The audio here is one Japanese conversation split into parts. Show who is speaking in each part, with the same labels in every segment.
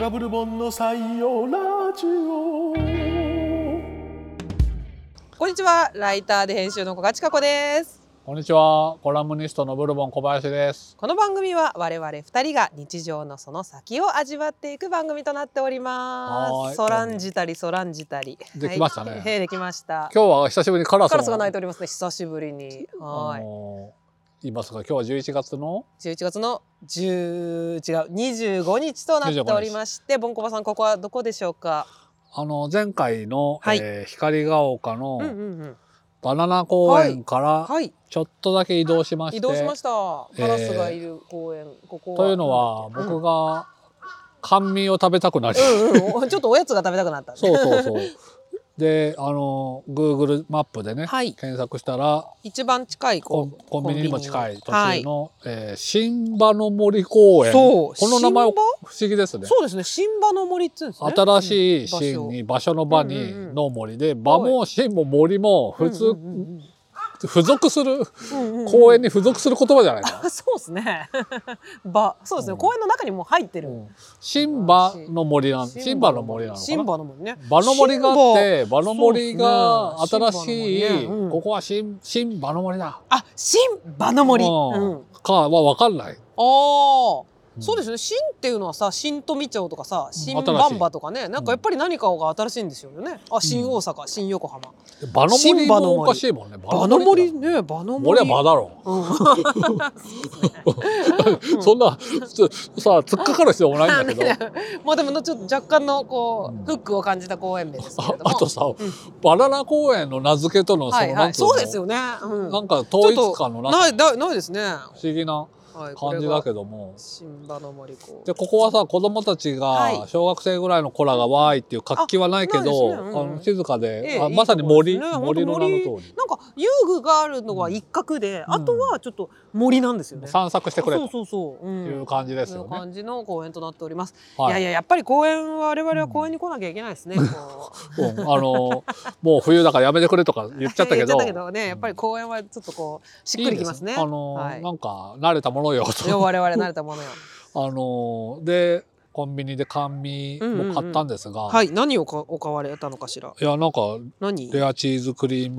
Speaker 1: ラブル本の採用ラジオ
Speaker 2: こんにちは、ライターで編集の古賀千佳子です。
Speaker 3: こんにちは、コラムニストのブルボン小林です。
Speaker 2: この番組は我々二人が日常のその先を味わっていく番組となっておりま
Speaker 3: はー
Speaker 2: す。
Speaker 3: い
Speaker 2: そらんじたりそらんじたり。
Speaker 3: できましたね
Speaker 2: はい へーできました。
Speaker 3: 今日は久しぶりにカラス
Speaker 2: カラスが鳴いて
Speaker 3: と
Speaker 2: おりますね。久しぶりに。
Speaker 3: あ
Speaker 2: はい。
Speaker 3: のー言いますが、今日は11月の
Speaker 2: 十一月の十違う二十五日となっておりまして、ボンコバさんここはどこでしょうか。
Speaker 3: あの前回の、
Speaker 2: はい
Speaker 3: えー光が丘
Speaker 2: うんうん
Speaker 3: の
Speaker 2: うん。
Speaker 3: バナナ公園から
Speaker 2: はい。
Speaker 3: ちょっとだけ移動しまして、
Speaker 2: 移動しました。
Speaker 3: えー
Speaker 2: カラスがいる公園、ここは。
Speaker 3: というの
Speaker 2: な
Speaker 3: は
Speaker 2: んだっけ
Speaker 3: 僕が甘味を食べたくなり、
Speaker 2: うんうん、おちょっとおやつが食べたくなった。
Speaker 3: そうそうそう。で、あの Google マップでね、
Speaker 2: はい
Speaker 3: 検索したら
Speaker 2: 一番近い
Speaker 3: コン
Speaker 2: こう
Speaker 3: コンビニにも近い途
Speaker 2: は
Speaker 3: 中
Speaker 2: い
Speaker 3: の、えー新場の森公園。
Speaker 2: そう
Speaker 3: この名前
Speaker 2: 新場
Speaker 3: 不思議ですね。
Speaker 2: そうですね新場の森っつうんですね
Speaker 3: 新しい
Speaker 2: 場所
Speaker 3: 新に場所の場
Speaker 2: うんうんう
Speaker 3: に
Speaker 2: ん
Speaker 3: の森で場も新も森も普通付属する公園
Speaker 2: に
Speaker 3: に付属する言葉じゃないか。
Speaker 2: そうですね 場そうですね、
Speaker 3: うん
Speaker 2: 公園の中にもう入ってる、
Speaker 3: 新場の森なん新場の森なのか
Speaker 2: 新
Speaker 3: な。
Speaker 2: 場の森ね
Speaker 3: 場の森があって場の森が
Speaker 2: そうで
Speaker 3: 新
Speaker 2: すね
Speaker 3: しい
Speaker 2: 新場の森ねうん
Speaker 3: ここは新新場の森だ。
Speaker 2: あ新場の森、う
Speaker 3: うん
Speaker 2: ん、あ
Speaker 3: かはわかんない。
Speaker 2: あー
Speaker 3: うん
Speaker 2: そうですね新っていうのはさ新富町とかさ新
Speaker 3: 新しい
Speaker 2: 番場とかねなんかやっぱり何かが新しいんですよねあ新大阪、新横浜
Speaker 3: 場の
Speaker 2: 新
Speaker 3: 森
Speaker 2: 場の森
Speaker 3: もおかしいもんね。
Speaker 2: 場の森ね場の森
Speaker 3: 森は場だろ。
Speaker 2: うんうん
Speaker 3: そんなつさ突っかかる必要もないんだけど。
Speaker 2: まあでもちょっと若干のこ
Speaker 3: うん
Speaker 2: うフックを感じた公演名ですけれ
Speaker 3: あ
Speaker 2: ども。
Speaker 3: あとさ、
Speaker 2: ん
Speaker 3: バナナ公園の名付けとのそ
Speaker 2: は
Speaker 3: の、
Speaker 2: い
Speaker 3: な
Speaker 2: は
Speaker 3: ん
Speaker 2: い。
Speaker 3: つうの
Speaker 2: そうですよね。うん
Speaker 3: なんか統一感のな
Speaker 2: ないいだないですね。は、
Speaker 3: 不思議ない
Speaker 2: これ
Speaker 3: 感じ
Speaker 2: が
Speaker 3: だけども
Speaker 2: 新場の森公
Speaker 3: でここはさ子供たち
Speaker 2: はい
Speaker 3: が小学生ぐらいの子らがわーいっていう活気はないけど
Speaker 2: あ
Speaker 3: あ
Speaker 2: ないですねうんうん
Speaker 3: の静かで、
Speaker 2: ええ
Speaker 3: あ
Speaker 2: いい
Speaker 3: まさに
Speaker 2: とこで
Speaker 3: 森、
Speaker 2: すね
Speaker 3: 森の名の
Speaker 2: 本
Speaker 3: 通り
Speaker 2: なんか遊具があるのは一角で、
Speaker 3: うん
Speaker 2: あとはちょっと森なんですよね。
Speaker 3: 散策してくれ
Speaker 2: そう
Speaker 3: と
Speaker 2: そうそう。う。
Speaker 3: いうん感じです
Speaker 2: そ
Speaker 3: よ
Speaker 2: うい
Speaker 3: ね
Speaker 2: う。感じの公演となっております。い、
Speaker 3: は
Speaker 2: やい
Speaker 3: い
Speaker 2: ややっぱり公演は我々は公園に来なきゃいけないですね。こう
Speaker 3: うんあのもう冬だからやめてくれとか 言っちゃったけ
Speaker 2: 言
Speaker 3: ど
Speaker 2: っちゃったけどねやっぱり公園はちょっとこうしっくりきますね。
Speaker 3: いいですあの、
Speaker 2: はい
Speaker 3: なんか慣れたものよ
Speaker 2: いや
Speaker 3: と。
Speaker 2: 我々慣れたものよ。
Speaker 3: あのでコンビニで甘味も買ったんですが、
Speaker 2: はい、何をかお買われたのかしら。
Speaker 3: いやなんか
Speaker 2: 何？
Speaker 3: レアチーズクリー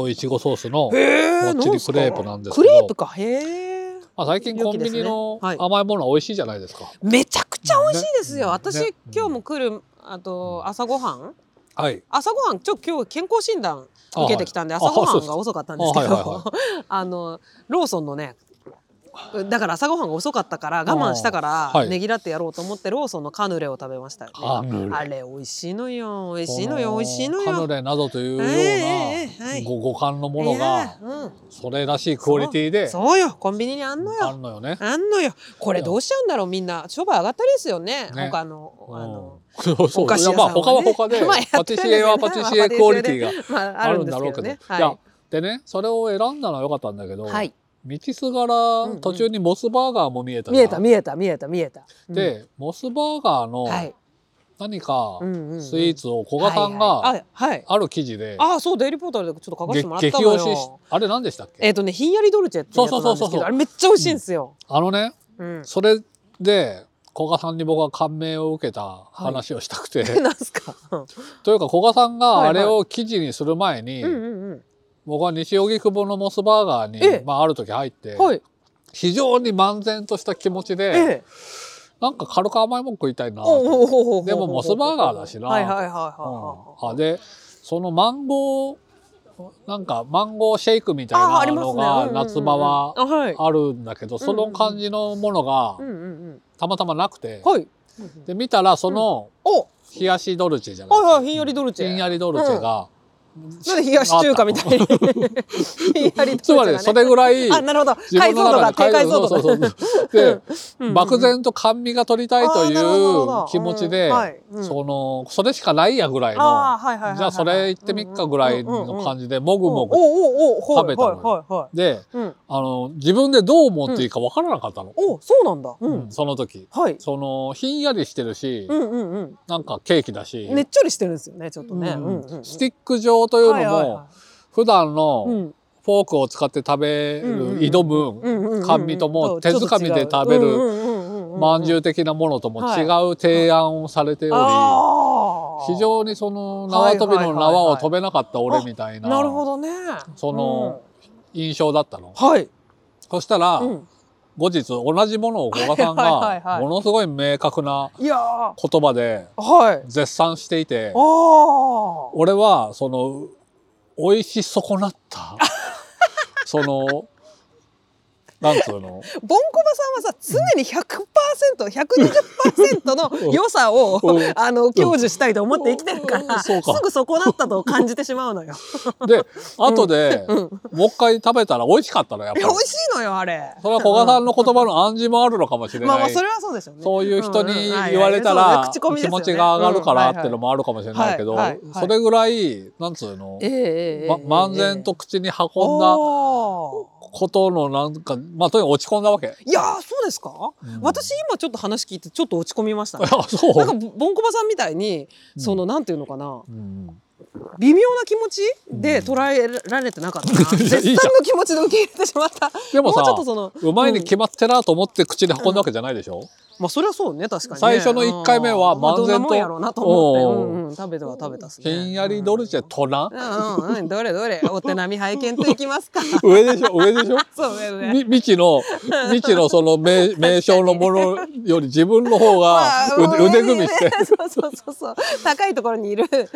Speaker 3: ムいちごソースの、
Speaker 2: え
Speaker 3: もっちりクレープなんですけ
Speaker 2: ク
Speaker 3: ど
Speaker 2: レープか。へえ。
Speaker 3: まあ、最近コンビニ
Speaker 2: 容
Speaker 3: の
Speaker 2: 器ですねはい
Speaker 3: 甘いものは美味しいじゃないですか。
Speaker 2: めちゃくちゃ美味しいですよ。
Speaker 3: ね
Speaker 2: 私、
Speaker 3: ね
Speaker 2: 今日も来るあと朝ごはん。
Speaker 3: はい。
Speaker 2: 朝ごはんちょ今日健康診断受けてきたんで朝ごはんが遅かったんですけ
Speaker 3: あはいはい
Speaker 2: ど、 あのローソンのね。だから朝ごはんが遅かったから我慢したか
Speaker 3: あーは
Speaker 2: ら
Speaker 3: い
Speaker 2: ねぎらってやろうと思ってローソンのカヌレを食べましたよね。
Speaker 3: カヌレ
Speaker 2: あれ美味しいのよ美味しいのよ美味しいのよ。
Speaker 3: カヌレなどというよ
Speaker 2: えええ
Speaker 3: う
Speaker 2: えは
Speaker 3: ないご五感のもの
Speaker 2: いや
Speaker 3: が
Speaker 2: ーうん
Speaker 3: それらしいクオリティで
Speaker 2: そうよコンビニにあんの
Speaker 3: あ
Speaker 2: よ
Speaker 3: るのよね。
Speaker 2: あんのよこれどうしちゃうんだろうみんな商売上がったりですよね
Speaker 3: ね
Speaker 2: 他の
Speaker 3: うん
Speaker 2: あの、
Speaker 3: そうそ
Speaker 2: お菓
Speaker 3: う。い
Speaker 2: 子屋さん
Speaker 3: やま
Speaker 2: はね
Speaker 3: あ他は他で
Speaker 2: まあやってる
Speaker 3: パ
Speaker 2: んで
Speaker 3: ティ
Speaker 2: す
Speaker 3: シ
Speaker 2: よ
Speaker 3: エ
Speaker 2: ね
Speaker 3: はパティシエクオリティが
Speaker 2: まあ、あ
Speaker 3: あ
Speaker 2: る
Speaker 3: る
Speaker 2: ん
Speaker 3: ん
Speaker 2: です
Speaker 3: だ
Speaker 2: け
Speaker 3: ろう
Speaker 2: ど
Speaker 3: けど。い
Speaker 2: ね
Speaker 3: やでねそれを選んだのは良かったんだけど、
Speaker 2: はい、はい、
Speaker 3: 道すがら途中にモスバーガーも見えたじ
Speaker 2: 見
Speaker 3: ゃん
Speaker 2: えた見えた見えた見えた、うん、
Speaker 3: でモスバーガーの
Speaker 2: はい
Speaker 3: 何か
Speaker 2: うんうんうん
Speaker 3: スイーツを古賀さ
Speaker 2: は
Speaker 3: ん
Speaker 2: い
Speaker 3: が
Speaker 2: はいあはい
Speaker 3: ある記事で
Speaker 2: あそうデイリーポータルでちょっと書かせてもらっ
Speaker 3: 激
Speaker 2: た
Speaker 3: 激
Speaker 2: のよ
Speaker 3: 推ししあれ何でしたっけ
Speaker 2: えっ、とねひんやりドルチェっていうやつなんですけど
Speaker 3: そうそうそうそう
Speaker 2: あれめっちゃ美味しいんですよ、
Speaker 3: あのね
Speaker 2: うん
Speaker 3: それで古賀さんに僕は感銘を受けた話をしたくて、
Speaker 2: えなんすか、うん
Speaker 3: というか古賀さ
Speaker 2: はい
Speaker 3: んが
Speaker 2: はい
Speaker 3: あれを記事にする前に、
Speaker 2: うんうん
Speaker 3: 僕は西荻窪のモスバーガ
Speaker 2: え
Speaker 3: ー
Speaker 2: え
Speaker 3: に、まあ、ある時入って、
Speaker 2: うんはい
Speaker 3: 非常に漫然とした気持ちで、
Speaker 2: ええ
Speaker 3: なんか軽く甘いもん食いたいな
Speaker 2: おう
Speaker 3: と、
Speaker 2: おうおうおうおう
Speaker 3: でもモスバーガーだしな
Speaker 2: はいはいはいはいはい
Speaker 3: うんあでそのマンゴーなんかマンゴーシェイクみたい
Speaker 2: ああ
Speaker 3: な
Speaker 2: りますね
Speaker 3: のが夏場は
Speaker 2: うんうんうんあはい
Speaker 3: あるんだけど、その感じのものが
Speaker 2: うんうん
Speaker 3: たまたまなくて
Speaker 2: うん、はい
Speaker 3: で見たらその
Speaker 2: お
Speaker 3: 冷やしドルチェじゃないですか
Speaker 2: はいはいひんやりドルチェ
Speaker 3: ひんやりドルチェが、
Speaker 2: なんで冷やし中華みたいにひんやりドルチェがね
Speaker 3: つまりそれぐらい
Speaker 2: あなるほど
Speaker 3: 自
Speaker 2: 解
Speaker 3: 分
Speaker 2: 像度
Speaker 3: の中
Speaker 2: が
Speaker 3: で解
Speaker 2: 低解像度
Speaker 3: そう
Speaker 2: が
Speaker 3: そ うそうで、
Speaker 2: うんうん
Speaker 3: 漠然と甘味が取りたいとい
Speaker 2: あーなるほどなるほ
Speaker 3: う
Speaker 2: ど
Speaker 3: 気持ちで、
Speaker 2: うんはいうん
Speaker 3: そのそれしかないやぐらいの、
Speaker 2: あーはいはいはいはい
Speaker 3: じゃあそれ行ってみっかぐらいの感じで、もぐ
Speaker 2: うんうん
Speaker 3: も
Speaker 2: お
Speaker 3: ぐ
Speaker 2: おおおはい
Speaker 3: 食べたのよ
Speaker 2: はいはいは
Speaker 3: で
Speaker 2: いうん
Speaker 3: あの自分でどう思っていいかわからなかったの、
Speaker 2: おそうなんだう
Speaker 3: うん
Speaker 2: ん
Speaker 3: その時。
Speaker 2: はい
Speaker 3: そのひんやりしてるし、
Speaker 2: うんうんうん
Speaker 3: なんかケーキだし、
Speaker 2: ねっちょりしてるんですよねちょっとね
Speaker 3: うん
Speaker 2: うんうん
Speaker 3: スティック状というのも、
Speaker 2: はいはいは
Speaker 3: 普段の、
Speaker 2: いうん
Speaker 3: フォークを使って食べる、
Speaker 2: うんうんうん
Speaker 3: 挑む、
Speaker 2: うんうんうん
Speaker 3: 甘味ともう手づかみで食べる
Speaker 2: ちょっと違ううんうんうんうんうんうん
Speaker 3: まんじゅう的なものとも違う提案をされており、
Speaker 2: あー
Speaker 3: 非常にその
Speaker 2: は
Speaker 3: 縄
Speaker 2: いはい
Speaker 3: 跳び
Speaker 2: はいはい
Speaker 3: の縄を跳べなかった俺みたいな
Speaker 2: なるほどね。
Speaker 3: その印象だったの。
Speaker 2: うん、はい。
Speaker 3: そしたら、
Speaker 2: うん、
Speaker 3: 後日同じものを古賀さん
Speaker 2: はいはいはいは
Speaker 3: が
Speaker 2: い
Speaker 3: ものすごい明確ない
Speaker 2: やーはい。
Speaker 3: 言葉で
Speaker 2: あ
Speaker 3: 絶賛してい
Speaker 2: あ
Speaker 3: て
Speaker 2: ー。
Speaker 3: 俺はその美味し損なった そのなんつうの
Speaker 2: ボンコバさんはさ常に100%120% 120%の良さを、
Speaker 3: うん
Speaker 2: あの享受したいと思って生きてるから、
Speaker 3: うんそ
Speaker 2: す
Speaker 3: うか
Speaker 2: ぐそこだったと感じてしまうのよ。
Speaker 3: で後で、
Speaker 2: うん、
Speaker 3: もう一回食べたら美味しかったのやっ
Speaker 2: い
Speaker 3: ぱ
Speaker 2: や
Speaker 3: り
Speaker 2: 美味しいのよあれ。
Speaker 3: それは古賀さんの言葉の暗示もあるのかもしれない、
Speaker 2: まあまあそれはそうでしょうね。
Speaker 3: そういう人に
Speaker 2: うんうんはいはい
Speaker 3: 言われた
Speaker 2: そう
Speaker 3: ら
Speaker 2: ね口コミです
Speaker 3: 気
Speaker 2: よね
Speaker 3: 持ちが上がるから
Speaker 2: うん
Speaker 3: ってのもあるかもしれないけど、
Speaker 2: はいはいはい
Speaker 3: それぐらいなんつうの、
Speaker 2: ええええええ
Speaker 3: ま、漫然と口に運んだ
Speaker 2: あ
Speaker 3: ことのなんかまあとにかく落ち込んだわけ。
Speaker 2: ーいやーそうですか、
Speaker 3: うん
Speaker 2: 私今ちょっと話聞いてちょっと落ち込みま したね、
Speaker 3: あそ
Speaker 2: なんか
Speaker 3: う。
Speaker 2: ボンコバさんみたいにそのなんていうのかな
Speaker 3: うん
Speaker 2: 微妙な気持ちで捉えられてなかったな、
Speaker 3: いやいいじゃん
Speaker 2: 絶賛の気持ちで受け入れてしまった
Speaker 3: でも
Speaker 2: もうちょっと
Speaker 3: さ。
Speaker 2: その
Speaker 3: うまいに決まってなと思って口に運んだわけじゃないでしょ、
Speaker 2: まあそれはそうね確かにね
Speaker 3: 最初の一回目は
Speaker 2: うんまあ
Speaker 3: 漫然と
Speaker 2: どんなもんやろうなと思っ
Speaker 3: お
Speaker 2: て、
Speaker 3: う
Speaker 2: うんうん、食べては食べたっすね
Speaker 3: ひんやりドルチェトラン
Speaker 2: うんうんうんどれどれお手並み拝見といきますか
Speaker 3: 上 でしょ上でしょ
Speaker 2: そうですね
Speaker 3: み未知の未知のその 名名称のものより自分の方が
Speaker 2: まあ
Speaker 3: う腕組みして。
Speaker 2: そうそうそうそう高いところに いる手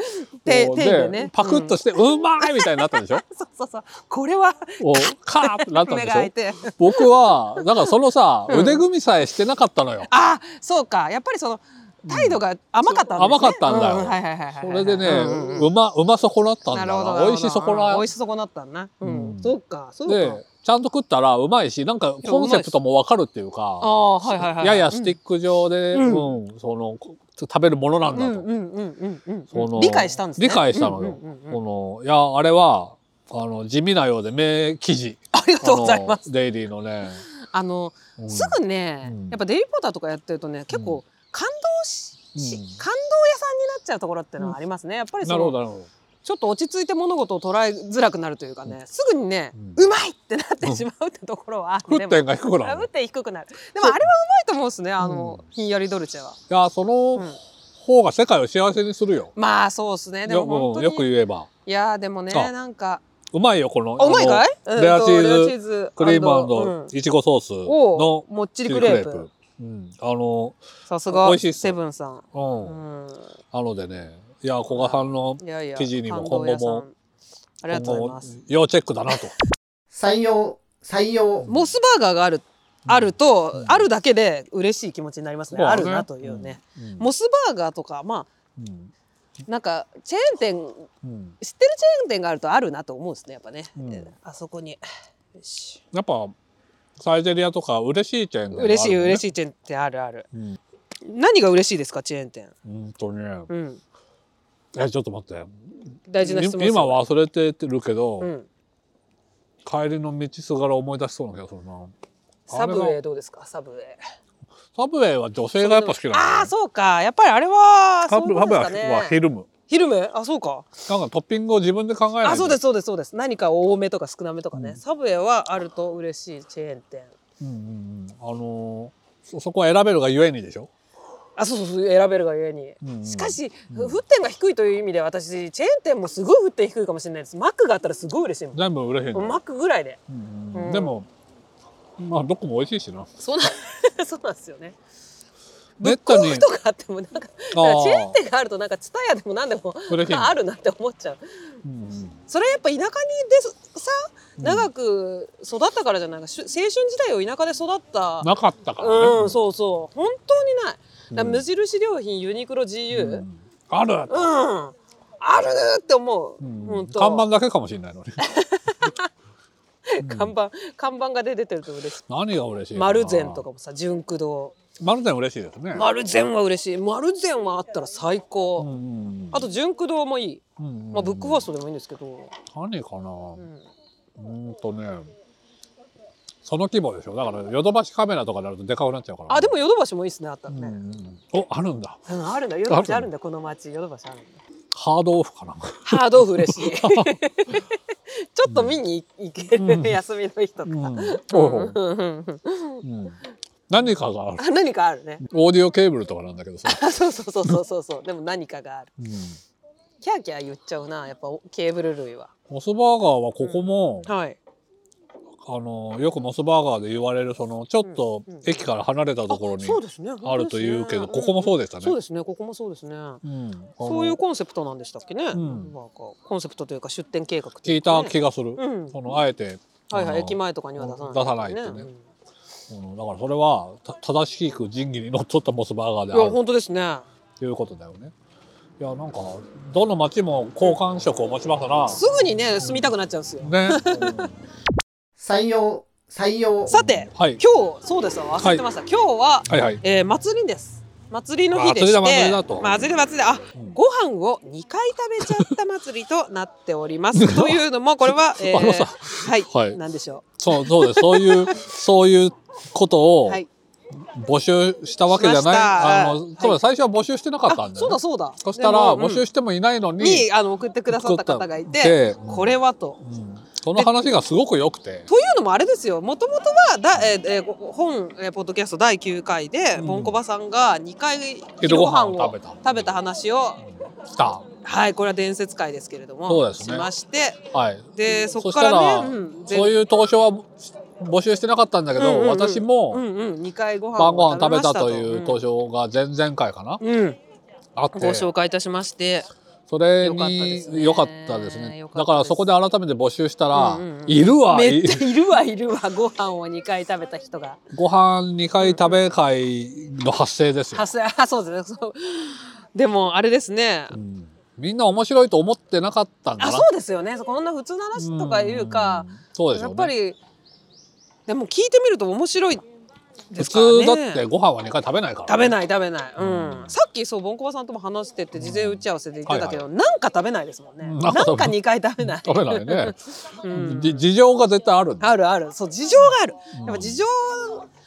Speaker 2: 手でね
Speaker 3: パクッと
Speaker 2: し
Speaker 3: して、うまいみたいになった でしょ
Speaker 2: そうそうそうこれは
Speaker 3: おカーってなったん
Speaker 2: 目
Speaker 3: で
Speaker 2: が
Speaker 3: し
Speaker 2: 開
Speaker 3: ょ
Speaker 2: いて
Speaker 3: 僕はだからそのさ、
Speaker 2: うん
Speaker 3: 腕組みさえしてなかったのよ
Speaker 2: あそうかやっぱりその態度が甘かったんですね
Speaker 3: 甘かったんだよ
Speaker 2: うはいはいはいはいはい
Speaker 3: それでね、
Speaker 2: う
Speaker 3: うん
Speaker 2: うんうん
Speaker 3: まうま損なったん
Speaker 2: な
Speaker 3: だ
Speaker 2: るほど
Speaker 3: な
Speaker 2: なるほど
Speaker 3: 美味し損
Speaker 2: うん
Speaker 3: な
Speaker 2: 美味し損なったんだなうん、
Speaker 3: うん
Speaker 2: そうかそう
Speaker 3: で
Speaker 2: か
Speaker 3: ちゃんと食ったらうまいしなんかコンセプトもわかるっていうか
Speaker 2: ああはいはいはい
Speaker 3: ややスティック状で、
Speaker 2: う
Speaker 3: うんんそのこ食べるものなんだ
Speaker 2: うん
Speaker 3: と、
Speaker 2: うんうんうんうん
Speaker 3: その
Speaker 2: 理解したんですね
Speaker 3: 理解したのよ、
Speaker 2: うんうんうんうん
Speaker 3: このいやあれはあの地味なようで名記事
Speaker 2: ありが とうございます
Speaker 3: あのデイリーのね、
Speaker 2: あの
Speaker 3: うん
Speaker 2: すぐね、
Speaker 3: うん
Speaker 2: やっぱデイリーポーターとかやってるとね結構感動し、し感動屋さん
Speaker 3: うん
Speaker 2: になっちゃうところっていうのはありますねやっぱり
Speaker 3: な
Speaker 2: そ
Speaker 3: るほ
Speaker 2: の
Speaker 3: どなるほど
Speaker 2: ちょっと落ち着いて物事を捉えづらくなるというかねすぐにね、う
Speaker 3: うん
Speaker 2: まいってなってしまうってところはある
Speaker 3: 沸点が低くなる
Speaker 2: 打って低くなるでもあれはうまいと思うんですねあの、ひんやりドルチェは、
Speaker 3: いやそ
Speaker 2: う
Speaker 3: の
Speaker 2: ん
Speaker 3: 方が世界を幸せにするよ。
Speaker 2: まあそうですねでも
Speaker 3: よ
Speaker 2: 本当
Speaker 3: うん
Speaker 2: に
Speaker 3: よく言えば
Speaker 2: いやーでもね
Speaker 3: あ
Speaker 2: なんか
Speaker 3: うまいよこの
Speaker 2: あうまいかい
Speaker 3: あのレアチーズ
Speaker 2: うんとズ
Speaker 3: クリー
Speaker 2: うん
Speaker 3: ムいちごソース
Speaker 2: を
Speaker 3: の
Speaker 2: もっち
Speaker 3: チ
Speaker 2: り
Speaker 3: リ
Speaker 2: ク
Speaker 3: ク
Speaker 2: レー
Speaker 3: レー
Speaker 2: プ
Speaker 3: プ。うん、あの、
Speaker 2: さすが
Speaker 3: 美味しいっす
Speaker 2: セブンさん、う
Speaker 3: うん、
Speaker 2: ん、
Speaker 3: なのでね、いや古賀さんの
Speaker 2: いやいや
Speaker 3: 記事にも
Speaker 2: 感動屋さん
Speaker 3: 今後も
Speaker 2: ありがとうございます
Speaker 3: 今後要チェック だなと。
Speaker 4: 採用採用
Speaker 2: モスバーガーがあるあると、
Speaker 3: うん
Speaker 2: あるだけで嬉しい気持ちになりますね、
Speaker 3: そう
Speaker 2: あ
Speaker 3: だ
Speaker 2: る
Speaker 3: ね
Speaker 2: なというね、
Speaker 3: うん
Speaker 2: モスバーガーとかま
Speaker 3: うん
Speaker 2: あなんかチェーン店
Speaker 3: うん
Speaker 2: 知ってるチェーン店があるとあるなと思うんですねやっぱね、
Speaker 3: うん
Speaker 2: あそこによし
Speaker 3: やっぱサイゼリアとか嬉しいチェーン
Speaker 2: 嬉しい嬉
Speaker 3: い。
Speaker 2: しいチェーン店あるある
Speaker 3: うん
Speaker 2: 何が嬉しいですかチェーン店
Speaker 3: うんとね、
Speaker 2: うん
Speaker 3: えちょっと待って。
Speaker 2: 大事な質問です
Speaker 3: 今忘れてるけど、
Speaker 2: うん
Speaker 3: 帰りの道すがら思い出しそうな気がするな。
Speaker 2: サブウ
Speaker 3: あれ
Speaker 2: ェ
Speaker 3: が
Speaker 2: イどうですかサブウェイ
Speaker 3: サブウェイは女性がやっぱ好きなの、
Speaker 2: ああそうかやっぱりあれは
Speaker 3: サ
Speaker 2: そうい
Speaker 3: ブ
Speaker 2: う
Speaker 3: ウ
Speaker 2: もんで
Speaker 3: ェ
Speaker 2: す
Speaker 3: イ
Speaker 2: か
Speaker 3: は,、
Speaker 2: ね
Speaker 3: はヒルム。
Speaker 2: 昼目あそうか
Speaker 3: なんかトッピングを自分で考えない。
Speaker 2: あそうですすそうですそうです何か多めとか少なめとかね、サブウェイはあると嬉しいチェーン店
Speaker 3: うんうんうん。あのーそそこは選べるがゆえにでしょ。
Speaker 2: あそうそうそう選べるがゆえに、
Speaker 3: うんうん
Speaker 2: しかし、沸点が低いという意味で私チェーン店もすごい沸点低いかもしれないですマックがあったらすごい嬉しいもん、
Speaker 3: 全部嬉しいの。
Speaker 2: マックぐらいで
Speaker 3: うん
Speaker 2: うん
Speaker 3: でも、まあどこも美味しいしな。
Speaker 2: そうなん そうなんですよね
Speaker 3: めったに
Speaker 2: 豆腐とかあってもなんか
Speaker 3: あー
Speaker 2: チェーン店があるとなんかツタヤでも何でも
Speaker 3: 嬉しい
Speaker 2: なんかあるなって思っちゃう
Speaker 3: うんうん
Speaker 2: それはやっぱ田舎にでさ長く育ったからじゃないかしゅ青春時代を田舎で育った
Speaker 3: なかったからね。
Speaker 2: うんそうそう本当にないだから
Speaker 3: うん
Speaker 2: 無印良品ユニクロ
Speaker 3: う
Speaker 2: GU うん、
Speaker 3: んある、
Speaker 2: あるって思う、
Speaker 3: うん
Speaker 2: 本当
Speaker 3: 看板だけかもしれないのに。
Speaker 2: 看板看板が出てると嬉しい
Speaker 3: 何が嬉しいかな。
Speaker 2: マルゼンとかもさ純駆動
Speaker 3: マルゼン嬉しいですね。
Speaker 2: マルゼンは嬉しいマルゼンはあったら最
Speaker 3: うんう
Speaker 2: 高、
Speaker 3: んうん
Speaker 2: あと純駆動もいい、
Speaker 3: うんうんうん
Speaker 2: まあ、ブックファーストでもいいんですけど、
Speaker 3: 何か
Speaker 2: う
Speaker 3: な。
Speaker 2: ん、
Speaker 3: うーんとね、その規模でしょ。だからヨドバシカメラとかになるとでかくなっちゃうから。
Speaker 2: あでもヨドバシもいいですねあった
Speaker 3: う
Speaker 2: ら
Speaker 3: ん
Speaker 2: ね、
Speaker 3: うんうん、おあるんだ。
Speaker 2: うん、あるんだヨドバシあるんだこの町ヨドバシあるんだ
Speaker 3: ハードオフかな。
Speaker 2: ハードオフ嬉しい ちょっと見に行ける、
Speaker 3: うん
Speaker 2: 休みの日とか、
Speaker 3: うん。
Speaker 2: うんうんうん
Speaker 3: うん。何かがある
Speaker 2: あ何かあるね。
Speaker 3: オーディオケーブルとかなんだけどさ、
Speaker 2: あそうそうそうそうそうそう。でも何かがある。
Speaker 3: うん、
Speaker 2: キャーキャー言っちゃうな。やっぱおケーブル類は。
Speaker 3: モスバーガーはここも、
Speaker 2: はい。
Speaker 3: あのよくモスバーガーで言われるそのちょっと
Speaker 2: うんうん
Speaker 3: 駅から離れたところ
Speaker 2: あ
Speaker 3: に
Speaker 2: そうですね。
Speaker 3: あるというけど、ここも
Speaker 2: う
Speaker 3: そうでした
Speaker 2: で
Speaker 3: ね。
Speaker 2: すねん。そうですね。ここもそうですね。
Speaker 3: うん、あの
Speaker 2: そういうコンセプトなんでしたっけね。
Speaker 3: ん
Speaker 2: なんかコンセプトというか出店計画と
Speaker 3: 聞
Speaker 2: い
Speaker 3: いう
Speaker 2: か
Speaker 3: た
Speaker 2: ね
Speaker 3: 気がする。
Speaker 2: うん。
Speaker 3: そのあえて、
Speaker 2: はい
Speaker 3: あ
Speaker 2: は
Speaker 3: の
Speaker 2: い。駅前とかには出さない。
Speaker 3: 出さないってね
Speaker 2: うん
Speaker 3: うんだからそれはた正しく仁義にのっとったモスバーガーで
Speaker 2: いや
Speaker 3: ある
Speaker 2: 本当ですね。
Speaker 3: ということだよね。いやなんかどの町も好感触を持ちますな。
Speaker 2: すぐにね住みたくなっちゃうんですよ。
Speaker 3: ね。
Speaker 4: 採用採用
Speaker 2: さて
Speaker 3: はい。
Speaker 2: 今日そうですよ忘れてました。今日は
Speaker 3: はいはい。
Speaker 2: えー祭りです。祭りの日でして、
Speaker 3: あ祭りだ祭りだと
Speaker 2: 祭り祭りだあ、
Speaker 3: うん
Speaker 2: ご飯を二回食べちゃった祭りとなっております。というのもこれは、えー
Speaker 3: あのさ
Speaker 2: はい、
Speaker 3: はい
Speaker 2: なんでしょ
Speaker 3: そうそうです。そういうそういうこと
Speaker 2: う。
Speaker 3: を
Speaker 2: はい。
Speaker 3: 募集したわけじゃ
Speaker 2: し
Speaker 3: な
Speaker 2: ま
Speaker 3: い。
Speaker 2: した
Speaker 3: あ
Speaker 2: はい
Speaker 3: のそうだ最初は募集してなかった
Speaker 2: あ
Speaker 3: ん、だ
Speaker 2: そう
Speaker 3: よ、
Speaker 2: だ
Speaker 3: ね。
Speaker 2: そうだ。
Speaker 3: そしたら
Speaker 2: でも
Speaker 3: 募集してもいないの
Speaker 2: うん
Speaker 3: に。
Speaker 2: にあの送ってくださった方がいて
Speaker 3: で、
Speaker 2: これはと。
Speaker 3: うんその話がすごく良くて。
Speaker 2: というのもあれですよもともとはだ、えーえーご本、えーポッドキャスト第9回で、
Speaker 3: うん
Speaker 2: ボンコバさんが2回
Speaker 3: 昼ご飯を
Speaker 2: 昼
Speaker 3: 食べた
Speaker 2: 食べた話を
Speaker 3: 来た。
Speaker 2: はいこれは伝説会ですけれども
Speaker 3: そうですね
Speaker 2: しまして
Speaker 3: はい。
Speaker 2: でそこ
Speaker 3: そし
Speaker 2: から
Speaker 3: たら、
Speaker 2: ね、うん、全
Speaker 3: そういう当初は募集してなかったんだけど、
Speaker 2: うんうんうん
Speaker 3: 私
Speaker 2: う
Speaker 3: も
Speaker 2: んうん、2回ご飯
Speaker 3: 晩ご
Speaker 2: を
Speaker 3: 飯食べた
Speaker 2: 食
Speaker 3: と
Speaker 2: べま
Speaker 3: い
Speaker 2: し
Speaker 3: う当初が前々回かな、
Speaker 2: うん、うん
Speaker 3: あっ
Speaker 2: ご
Speaker 3: て
Speaker 2: 紹介いたしまして、
Speaker 3: それ
Speaker 2: よかったですね
Speaker 3: に良かったですね
Speaker 2: よかったです
Speaker 3: だからそこで改めて募集したら、
Speaker 2: うんうんうん
Speaker 3: いるわ
Speaker 2: めっ
Speaker 3: い
Speaker 2: ちゃいるわいるわご飯を2回食べた人が
Speaker 3: ご飯2回食べ会の発生ですよ
Speaker 2: は、すあそうですねそうでもあれですね
Speaker 3: うんみんな面白いと思ってなかったんだ
Speaker 2: あ
Speaker 3: な
Speaker 2: そうですよねこんな普通の話とかいうか、
Speaker 3: んそうです
Speaker 2: や
Speaker 3: よ
Speaker 2: っぱ
Speaker 3: ね
Speaker 2: りでも聞いてみると面白いで
Speaker 3: 普
Speaker 2: すからね
Speaker 3: 通だってご飯は2回食べないから
Speaker 2: 食べ
Speaker 3: い
Speaker 2: ない食べない、うん
Speaker 3: うん
Speaker 2: さっきそうボンコバさんとも話してって事前打ち合わせで言ってたけど、
Speaker 3: は
Speaker 2: なんか食べないですもんね、
Speaker 3: うん
Speaker 2: な
Speaker 3: なんん
Speaker 2: か
Speaker 3: か食べ
Speaker 2: 2回食べない
Speaker 3: 食べないね、
Speaker 2: うん
Speaker 3: じ事情が絶対あるんだ
Speaker 2: あるあるそう事情がある
Speaker 3: うん
Speaker 2: やっぱ事情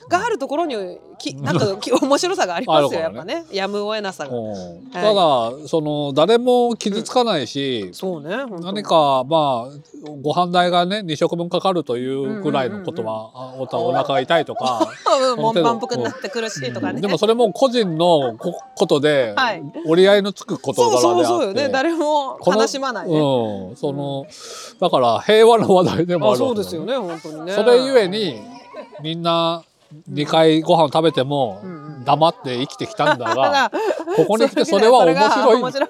Speaker 2: があるところにきなんかき面白さがありますよ、
Speaker 3: あ
Speaker 2: や
Speaker 3: る
Speaker 2: っ
Speaker 3: か
Speaker 2: ぱ
Speaker 3: ら
Speaker 2: ねやむを得なさが、
Speaker 3: うんただその誰も傷つかないし、
Speaker 2: そうね本当に
Speaker 3: 何かまあご飯代がね2食分かかるというぐらいのことは、あおたお腹が痛い とか、
Speaker 2: うんもう
Speaker 3: この程度
Speaker 2: 満腹になって苦しいとかね、
Speaker 3: でもそれも個人のこことで、
Speaker 2: はい
Speaker 3: 折り合いのつく事柄
Speaker 2: そう
Speaker 3: であって
Speaker 2: そうそうよね誰も
Speaker 3: この
Speaker 2: 悲しまないね、
Speaker 3: うん、そのだから平和な話題でもあ
Speaker 2: あ
Speaker 3: る
Speaker 2: そ
Speaker 3: わ
Speaker 2: う
Speaker 3: け
Speaker 2: ですよね本当にね
Speaker 3: それゆえにみんな2回ご飯を食べても
Speaker 2: うんうん
Speaker 3: 黙って生きてきたんだ が、
Speaker 2: ただ
Speaker 3: ここに来てそれは面白い
Speaker 2: それが面白い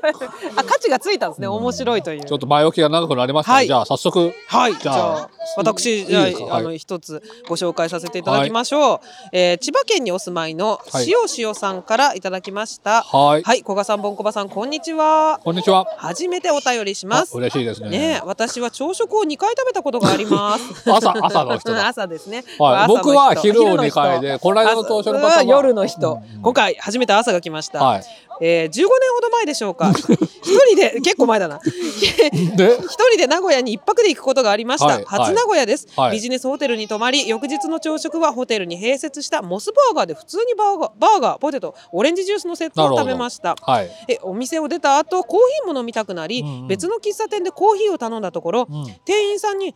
Speaker 2: あ価値がついたんですね、
Speaker 3: うん
Speaker 2: 面白いという
Speaker 3: ちょっと前置きが長くなりました、
Speaker 2: はい
Speaker 3: じゃあ早速
Speaker 2: はいじ
Speaker 3: じ
Speaker 2: ゃ
Speaker 3: ゃ
Speaker 2: あ
Speaker 3: あ
Speaker 2: 私
Speaker 3: いい
Speaker 2: じゃあ
Speaker 3: ですか
Speaker 2: あの
Speaker 3: は
Speaker 2: 一つご紹介させていただきましょう、えー千葉県にお住まいの
Speaker 3: はい
Speaker 2: 塩塩さんからいただきましたは
Speaker 3: はい
Speaker 2: い、小賀さんぼんこばさんこんにちは
Speaker 3: こんにちは
Speaker 2: 初めてお便りします
Speaker 3: あ嬉しいですね
Speaker 2: ねえ私は朝食を2回食べたことがあります
Speaker 3: 朝朝の人 だ
Speaker 2: 朝ですね、
Speaker 3: はい、
Speaker 2: 朝の人
Speaker 3: 僕は昼を2回
Speaker 2: 昼の人
Speaker 3: で、この間の当初の
Speaker 2: 朝
Speaker 3: 方は
Speaker 2: は夜の人、
Speaker 3: うん
Speaker 2: 今回初めて朝が来ました、
Speaker 3: はい。
Speaker 2: えー、15年ほど前でしょうか 一人で結構前だな一
Speaker 3: で、
Speaker 2: 人で名古屋に一泊で行くことがありました、
Speaker 3: はい
Speaker 2: 初名古屋です、
Speaker 3: はい
Speaker 2: ビジネスホテルに泊まり翌日の朝食はホテルに併設したモスバーガーで普通にバーガーバーガーポテトオレンジジュースのセットを食べました
Speaker 3: はい。
Speaker 2: えお店を出た後コーヒーも飲みたくなり、
Speaker 3: うんうん
Speaker 2: 別の喫茶店でコーヒーを頼んだところ、
Speaker 3: うん。
Speaker 2: 店員さんに「に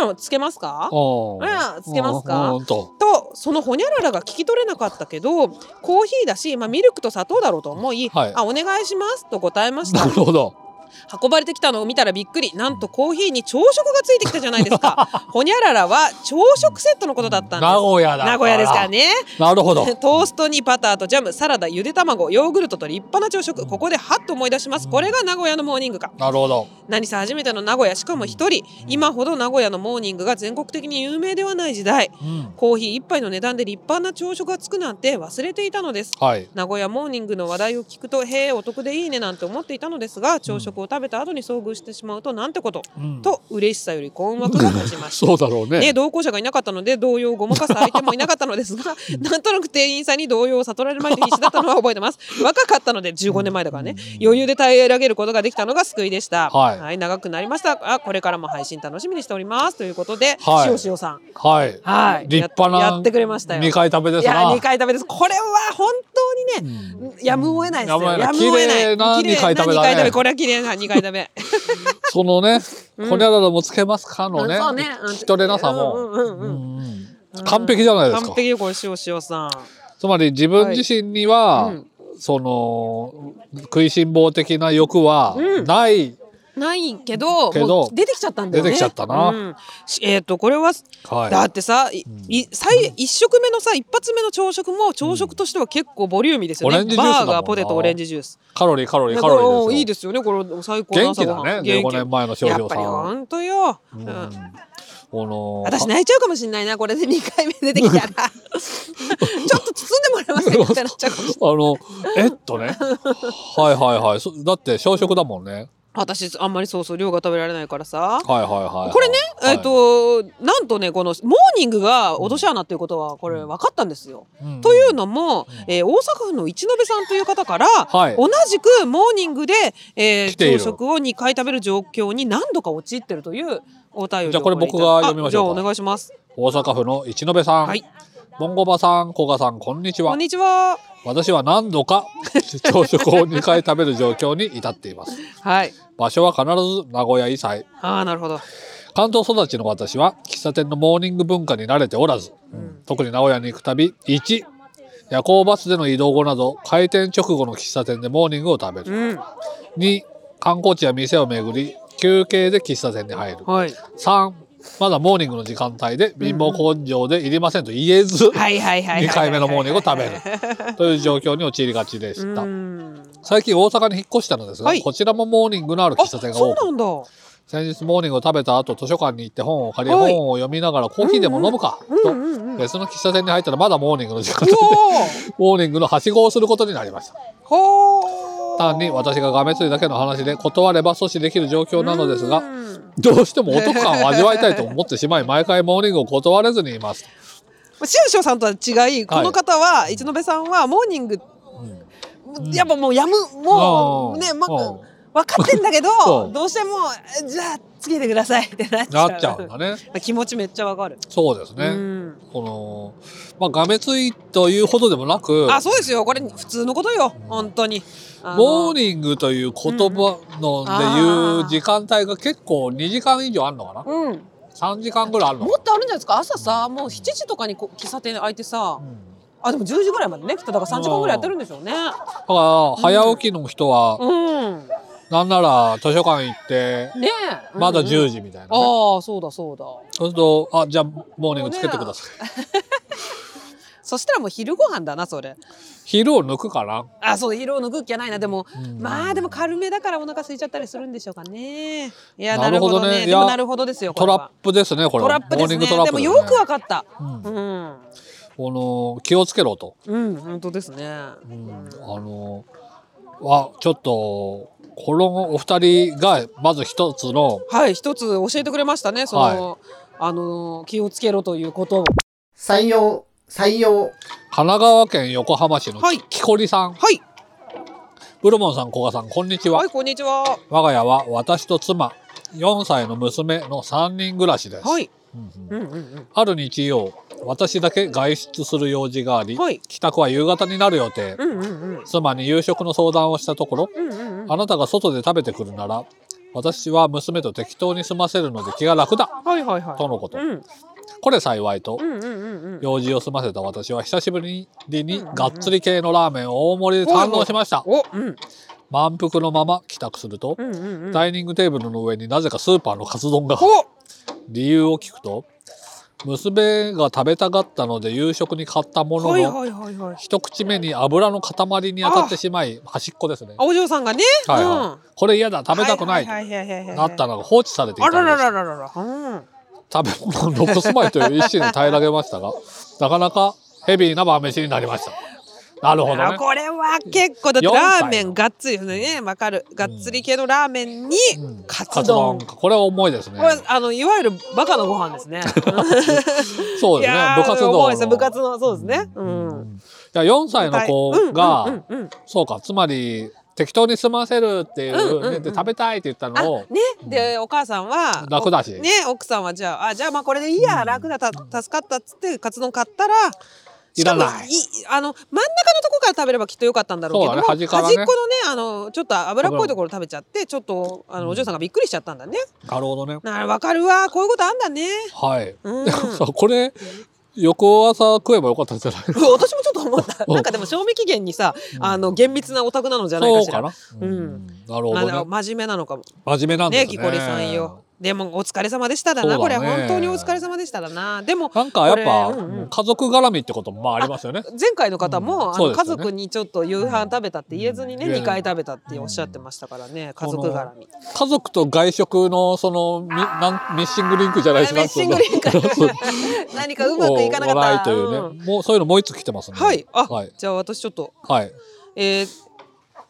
Speaker 2: ゃんつけますか?」
Speaker 3: お
Speaker 2: あらつけますか
Speaker 3: うんと。
Speaker 2: とそのほにゃららが聞き取れなかったけどコーヒーだし、まあ、ミルクと砂糖だろうと思い「
Speaker 3: はい
Speaker 2: あお願いします」と答えまし
Speaker 3: な
Speaker 2: た
Speaker 3: るほど。
Speaker 2: 運ばれてきたのを見たらびっくりなんとコーヒーに朝食がついてきたじゃないですか ほにゃららは朝食セットのことだったんです
Speaker 3: 名古屋だ。
Speaker 2: 名古屋ですから。ね
Speaker 3: なるほど。
Speaker 2: トーストにバターとジャムサラダゆで卵ヨーグルトと立派な朝食ここではっと思い出しますこれが名古屋のモーニングか
Speaker 3: なるほど。
Speaker 2: 何せ初めての名古屋しかも一人今ほど名古屋のモーニングが全国的に有名ではない時代
Speaker 3: うん。
Speaker 2: コーヒー一杯の値段で立派な朝食がつくなんて忘れていたのです
Speaker 3: はい。
Speaker 2: 名古屋モーニングの話題を聞くとへえお得でいいねなんて思っていたのですが朝食を食べた後に遭遇してしまうとなんてこと、
Speaker 3: うん
Speaker 2: と嬉しさより困惑が立ちました
Speaker 3: そうだろう
Speaker 2: ね、
Speaker 3: ね。
Speaker 2: 同行者がいなかったので動揺をごまかす相手もいなかったのですが なんとなく店員さんに動揺を悟られまいと必死だったのは覚えてます若かったので15年前だからね余裕で耐えられることができたのが救いでした
Speaker 3: はい
Speaker 2: 長くなりましたがこれからも配信楽しみにしておりますということで、
Speaker 3: はい
Speaker 2: 塩塩さん
Speaker 3: はい。
Speaker 2: はい
Speaker 3: 立派な
Speaker 2: ややってくれましたよ
Speaker 3: 二回食べで
Speaker 2: い
Speaker 3: す
Speaker 2: や
Speaker 3: な。
Speaker 2: 2回食べですこれは本当にね、
Speaker 3: うん
Speaker 2: やむを得ないですよ。や
Speaker 3: や
Speaker 2: む
Speaker 3: む
Speaker 2: を
Speaker 3: を
Speaker 2: 得
Speaker 3: 得
Speaker 2: な
Speaker 3: ない
Speaker 2: い。
Speaker 3: 綺麗な
Speaker 2: 綺麗
Speaker 3: 二回食べだね
Speaker 2: 二これは綺麗な二回食べ。
Speaker 3: そのね、
Speaker 2: うん
Speaker 3: こにゃららもつけますかの
Speaker 2: うん
Speaker 3: ね
Speaker 2: そうね。うん
Speaker 3: 聞き取れなさも。
Speaker 2: うんうんうんうん
Speaker 3: うんうん完璧じゃないです
Speaker 2: 完
Speaker 3: か。
Speaker 2: 璧よ、これ、塩塩さん。
Speaker 3: つまり自分自身には、
Speaker 2: はい
Speaker 3: その食いしん坊的な欲は
Speaker 2: うん
Speaker 3: ない、
Speaker 2: ないけど、
Speaker 3: けど
Speaker 2: もう出てきちゃったんだよね。
Speaker 3: 出てきちゃったな
Speaker 2: うんしえっ、と、これは、
Speaker 3: はい
Speaker 2: だってさ、いい最一食目のさ、一発目の朝食も、朝食としては結構ボリューミーですよね。
Speaker 3: オレンジジュースだ
Speaker 2: バー
Speaker 3: もんな
Speaker 2: ガー、ポテト、オレンジジュース。
Speaker 3: カロリーカロリー
Speaker 2: だ
Speaker 3: カ
Speaker 2: から
Speaker 3: ロリ
Speaker 2: いい
Speaker 3: ーですよ
Speaker 2: ですよね、これ、最高の
Speaker 3: 元
Speaker 2: 朝
Speaker 3: 気
Speaker 2: ご
Speaker 3: だね
Speaker 2: はん。
Speaker 3: 15年前の少
Speaker 2: や
Speaker 3: 女
Speaker 2: っぱ
Speaker 3: さ
Speaker 2: り
Speaker 3: ん、
Speaker 2: 本当よ、う
Speaker 3: うん
Speaker 2: ん、
Speaker 3: この
Speaker 2: 私泣いちゃうかもしれないなこれで2回目出てき たらちょっと包んでもらえませんかってなっちゃうかもしれない
Speaker 3: あのえっ とねはいはいはいそだって小食だもんね
Speaker 2: 私あんまりそうそう量が食べられないからさ
Speaker 3: はいはいはいはい
Speaker 2: これね、
Speaker 3: はい
Speaker 2: えっ、となんとねこのモーニングが落とし穴っていうことはこれ分かったんですよ。
Speaker 3: うん
Speaker 2: というのも、えー大阪府の一延さんという方から、
Speaker 3: はい
Speaker 2: 同じくモーニングで、えー
Speaker 3: 来ている
Speaker 2: 朝食を2回食べる状況に何度か陥ってるというお便りを
Speaker 3: じゃあこれ僕が読み
Speaker 2: あ
Speaker 3: ましょうか
Speaker 2: じゃあお願いします。
Speaker 3: 大阪府の一延さん、
Speaker 2: はい
Speaker 3: ボンゴバさん古賀さんこんにちは
Speaker 2: こんにちは。
Speaker 3: 私は何度 か朝食を2回食べる状況に至っています
Speaker 2: はい。
Speaker 3: 場所は必ず名古屋以西
Speaker 2: ああなるほど。
Speaker 3: 関東育ちの私は喫茶店のモーニング文化に慣れておらず、特に名古屋に行くたび1夜行バスでの移動後など開店直後の喫茶店でモーニングを食べ
Speaker 2: う
Speaker 3: る、
Speaker 2: ん
Speaker 3: 2観光地や店を巡り休憩で喫茶店に入る
Speaker 2: はい。
Speaker 3: 3まだモーニングの時間帯で貧乏根性でいりませんと言えず、
Speaker 2: はいはいはいはいはいはい。
Speaker 3: 2回目のモーニングを食べるという状況に陥りがちでし
Speaker 2: う
Speaker 3: た
Speaker 2: ん。
Speaker 3: 最近大阪に引っ越したのですが、
Speaker 2: はい
Speaker 3: こちらもモーニングのある喫茶店
Speaker 2: あ
Speaker 3: が多
Speaker 2: そう
Speaker 3: く
Speaker 2: なんだ。
Speaker 3: 先日モーニングを食べた後図書館に行って本を借り
Speaker 2: はい
Speaker 3: 本を読みながらコーヒーでも飲むか
Speaker 2: うん
Speaker 3: と
Speaker 2: うんうん。
Speaker 3: 別の喫茶店に入ったらまだモーニングの時間で
Speaker 2: お
Speaker 3: モーニングのはしごをすることになりました
Speaker 2: お。ほ ー
Speaker 3: 単に私ががめついだけの話で断れば阻止できる状況なのです
Speaker 2: う
Speaker 3: が
Speaker 2: ん
Speaker 3: どうしてもお得感を味わいたいと思ってしまい毎回モーニングを断れずにいます
Speaker 2: シュウシュウさんとは違いこの方は一延さんはモーニングやっぱもうやむもうねま
Speaker 3: うん
Speaker 2: 分かってんだけ
Speaker 3: そ
Speaker 2: ど
Speaker 3: う
Speaker 2: どうしてもえじゃあつけてくださいってなっちゃう
Speaker 3: なっちゃうんだね
Speaker 2: 気持ちめっちゃわかる
Speaker 3: そうです
Speaker 2: う
Speaker 3: ね
Speaker 2: ん
Speaker 3: このまあがめついというほどでもなく
Speaker 2: あそうですよこれ普通のことよ本当にあの
Speaker 3: モーニングという言葉のでいう時間帯が結構2時間以上あるのかな
Speaker 2: うん
Speaker 3: 3時間ぐらいあるの
Speaker 2: もっとあるんじゃないですか朝さもう7時とかにこ喫茶店開いてさあでも10時ぐらいまでねきっとだから3時間ぐらいやってるんでしょうね
Speaker 3: だから早起きの人は、
Speaker 2: うん
Speaker 3: なんなら図書館行って
Speaker 2: ねえ
Speaker 3: まだ
Speaker 2: うん
Speaker 3: 10時みたいな、ね
Speaker 2: ああそうだそうだ
Speaker 3: そうするとあじゃあモーニングつけてください
Speaker 2: そしたらもう昼ご飯だなそれ
Speaker 3: 昼を抜くかな
Speaker 2: あそう色の空気はないなでも、
Speaker 3: うん
Speaker 2: まあでも軽めだからお腹空いちゃったりするんでしょうかねいやな
Speaker 3: な
Speaker 2: る
Speaker 3: る
Speaker 2: ほ
Speaker 3: ほ
Speaker 2: ど
Speaker 3: どね
Speaker 2: ね
Speaker 3: い
Speaker 2: で
Speaker 3: や
Speaker 2: もなるほどですよ
Speaker 3: ト
Speaker 2: これ
Speaker 3: ラ
Speaker 2: は
Speaker 3: ップですねこ
Speaker 2: ト
Speaker 3: れは
Speaker 2: ラップです
Speaker 3: モーニング
Speaker 2: ね
Speaker 3: トラッ
Speaker 2: で
Speaker 3: プ
Speaker 2: も
Speaker 3: すね
Speaker 2: よくわかった
Speaker 3: うん
Speaker 2: うん
Speaker 3: この気をつけろと、
Speaker 2: うん本当ですね
Speaker 3: うんあのはちょっとこのお二人がまず一つの
Speaker 2: はい一つ教えてくれましたねその、あの気をつけろということを
Speaker 4: 採用採用
Speaker 3: 神奈川県横浜市の
Speaker 2: はい
Speaker 3: きこりさん、
Speaker 2: はい
Speaker 3: ブルモンさん古賀さんこんにちは
Speaker 2: はいこんにちは
Speaker 3: 我が家は私と妻4歳の娘の3人暮らしです、
Speaker 2: はい
Speaker 3: うんうん
Speaker 2: うんうんうん
Speaker 3: ある日曜私だけ外出する用事があり、
Speaker 2: はい
Speaker 3: 帰宅は夕方になる予定、
Speaker 2: うんうんうん
Speaker 3: 妻に夕食の相談をしたところ、
Speaker 2: うんうんうん
Speaker 3: あなたが外で食べてくるなら私は娘と適当に済ませるので気が楽だ
Speaker 2: はいはいはい
Speaker 3: とのこと、
Speaker 2: うん
Speaker 3: これ幸いと、
Speaker 2: うんうんうんうん
Speaker 3: 用事を済ませた私は久しぶりにがっつり系のラーメンを大盛りで堪能しました
Speaker 2: おうん
Speaker 3: 満腹のまま帰宅すると、
Speaker 2: うんうんうん
Speaker 3: ダイニングテーブルの上になぜかスーパーのカツ丼が
Speaker 2: お
Speaker 3: 理由を聞くと娘が食べたがったので夕食に買ったものの、
Speaker 2: はいはいはいはい
Speaker 3: 一口目に油の塊に当たってしまい端っこですね、
Speaker 2: あお嬢さんがね、
Speaker 3: はいは
Speaker 2: うん
Speaker 3: い、これ嫌だ食べたくないと
Speaker 2: はいはいはいはいはい
Speaker 3: なったのが放置されていた
Speaker 2: あ
Speaker 3: んです
Speaker 2: らららららら、うん、
Speaker 3: 食べ物を残すまいという一心で平らげまし たがなかなかヘビーな晩飯になりましたなるほど
Speaker 2: あ
Speaker 3: ね
Speaker 2: これは結構だって
Speaker 3: 四歳
Speaker 2: ラ
Speaker 3: の
Speaker 2: ーメンがっつりですねわかるがっつり系のラーメンに
Speaker 3: うん
Speaker 2: カツ丼、こ
Speaker 3: これは重いですね
Speaker 2: れあのいわゆるバカのご飯 ですね
Speaker 3: そう
Speaker 2: い
Speaker 3: ですね
Speaker 2: やー
Speaker 3: 部活動
Speaker 2: 重いです
Speaker 3: の
Speaker 2: ね部活のそうですねう、
Speaker 3: うんんいや4歳の子が、
Speaker 2: うんうんうんうん
Speaker 3: そうかつまり適当に済ませるっていう,、ね
Speaker 2: うんうんうん
Speaker 3: で食べたいって言った
Speaker 2: あ
Speaker 3: のを
Speaker 2: ねでお母さんは
Speaker 3: 楽だし
Speaker 2: おね奥さんはじゃああじゃあまあこれでいいや、楽だた助かったっつってカツ丼買ったらしかも
Speaker 3: いらない
Speaker 2: あの真ん中のとこから食べればきっとよかったんだろうけども
Speaker 3: そうだね端からね
Speaker 2: っこのねあのちょっと脂っこいところ食べちゃってちょっとあのお嬢さんがびっくりしちゃったんだね。
Speaker 3: なるほどね
Speaker 2: なるわかるわこういうことあんだね。
Speaker 3: はい、
Speaker 2: うん、
Speaker 3: そうこれ翌朝食えばよかったんじゃない
Speaker 2: 私もちょっと思った。なんかでも賞味期限にさ、あの、厳密なオタクなのじゃないか
Speaker 3: そう
Speaker 2: しら。
Speaker 3: かな。
Speaker 2: うん
Speaker 3: なるほ
Speaker 2: まあ
Speaker 3: どね。
Speaker 2: 真面目なのかも。
Speaker 3: 真面目なんで
Speaker 2: ね、
Speaker 3: すね。
Speaker 2: ぎこりさんよ。。でも、お疲れ様でしただな。
Speaker 3: そ
Speaker 2: こ
Speaker 3: うだ
Speaker 2: れ、
Speaker 3: ね
Speaker 2: 本当にお疲れ様でしただな。でも、
Speaker 3: なんかやっぱ、
Speaker 2: これうんうん
Speaker 3: 家族絡みってこともまあありますよね。
Speaker 2: 前回の方も、あ
Speaker 3: そう
Speaker 2: の
Speaker 3: ですよ
Speaker 2: 家
Speaker 3: ね
Speaker 2: 族にちょっと夕飯食べたって言えずにね、
Speaker 3: うん
Speaker 2: 2回食べたっておっしゃってましたからね、家族絡み。
Speaker 3: 家族と外食のそのみなんミッシングリンクじゃないです
Speaker 2: ミ
Speaker 3: か。
Speaker 2: ッシングリンク
Speaker 3: その そう
Speaker 2: 何かうまくいかな
Speaker 3: も
Speaker 2: か
Speaker 3: な
Speaker 2: っ
Speaker 3: い
Speaker 2: た。
Speaker 3: というね、
Speaker 2: うん
Speaker 3: もうそういうのもう一つ来てますね。
Speaker 2: はい。あ、
Speaker 3: はい。
Speaker 2: じゃあ私ちょっと、
Speaker 3: はい。
Speaker 2: えー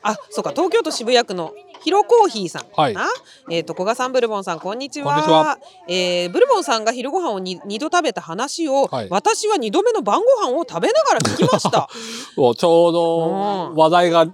Speaker 2: あ、そうか、東京都渋谷区のヒロコーヒーさんかな。
Speaker 3: は
Speaker 2: えっ、と、古賀さん、ブルボンさん、こんにちは。
Speaker 3: こんにちは
Speaker 2: えーブルボンさんが昼ご飯をに二度食べた話を、
Speaker 3: はい
Speaker 2: 私は二度目の晩ご飯を食べながら聞きました。
Speaker 3: おちょうど話題があ っ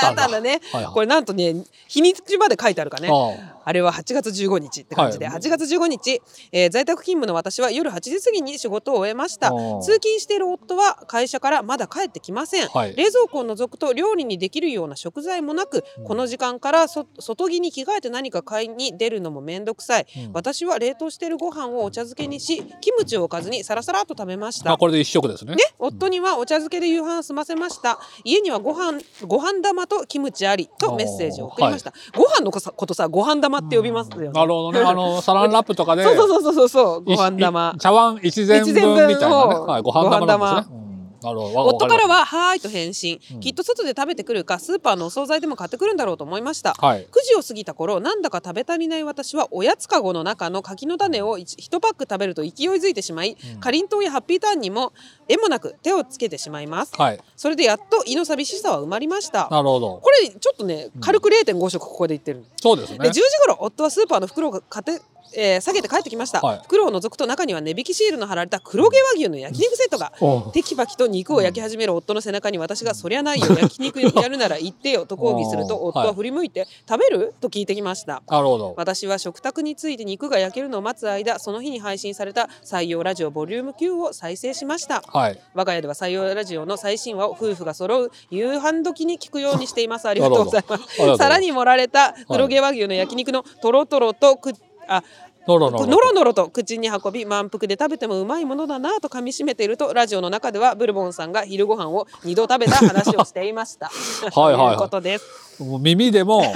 Speaker 3: たんだ。
Speaker 2: ね。
Speaker 3: はいはい
Speaker 2: これなんとね、日にちまで書いてあるからね。
Speaker 3: あ
Speaker 2: あれは8月15日って感じで、
Speaker 3: はい
Speaker 2: 8月15日、えー在宅勤務の私は夜8時過ぎに仕事を終えました
Speaker 3: あー
Speaker 2: 通勤している夫は会社からまだ帰ってきません、
Speaker 3: はい
Speaker 2: 冷蔵庫を除くと料理にできるような食材もなく、この時間からそ外着に着替えて何か買いに出るのもめんどくさい、
Speaker 3: うん
Speaker 2: 私は冷凍しているご飯をお茶漬けにしキムチをおかずにサラサラっと食べました
Speaker 3: あこれで一食ですね。
Speaker 2: ね、 夫にはお茶漬けで夕飯を済ませました家にはご飯ご飯玉とキムチありとメッセージを送りました、ご飯のこさことさご飯玉って呼びますよね、
Speaker 3: なるほどね。あのサランラップとかで
Speaker 2: そうそうそうそうそう
Speaker 3: い
Speaker 2: ご飯玉
Speaker 3: い茶碗一膳分み
Speaker 2: 一膳分
Speaker 3: たいなね。
Speaker 2: を
Speaker 3: はいご飯玉なんですね。うんなるほど。わ
Speaker 2: 夫からは「
Speaker 3: わ
Speaker 2: はーい」と返信、
Speaker 3: うん
Speaker 2: きっと外で食べてくるかスーパーのお惣菜でも買ってくるんだろうと思いました、
Speaker 3: かりますはい。
Speaker 2: 9時を過ぎた頃なんだか食べ足りない私はおやつかごの中の柿の種を 1, パック食べると勢いづいてしまい、かりんとうやハッピーターンにも絵もなく手をつけてしまいます、
Speaker 3: はい。
Speaker 2: それでやっと胃の寂しさは埋まりました
Speaker 3: なるほど。
Speaker 2: これちょっとね軽く0.5食ここで言ってる、
Speaker 3: そうです
Speaker 2: で
Speaker 3: ね
Speaker 2: 10時。頃夫はスーパーの袋を買って、えー下げて帰ってきました、
Speaker 3: はい
Speaker 2: 袋を除くと中には値引きシールの貼られた黒毛和牛の焼肉セットが
Speaker 3: お
Speaker 2: テキパキと肉を焼き始める夫の背中に私が「そりゃないよ焼肉やるなら行ってよ」と抗議すると
Speaker 3: お
Speaker 2: 夫
Speaker 3: ー
Speaker 2: は振り向いて「食べる?」と聞いてきました
Speaker 3: なるほど。
Speaker 2: 私は食卓について肉が焼けるのを待つ間その日に配信された採用ラジオボリューム9を再生しました
Speaker 3: はい。
Speaker 2: 我が家では採用ラジオの最新話を夫婦が揃う夕飯時に聞くようにしています。ありがとうございま
Speaker 3: なるほど
Speaker 2: す。さらに盛られた黒毛和牛の焼肉のとろとろとくあ
Speaker 3: ノロノロ。
Speaker 2: のろのろと口に運び満腹で食べてもうまいものだなぁと噛みしめているとラジオの中ではブルボンさんが昼ご飯を二度食べた話をしていました。
Speaker 3: はいはいはい
Speaker 2: ということです。
Speaker 3: もう耳でも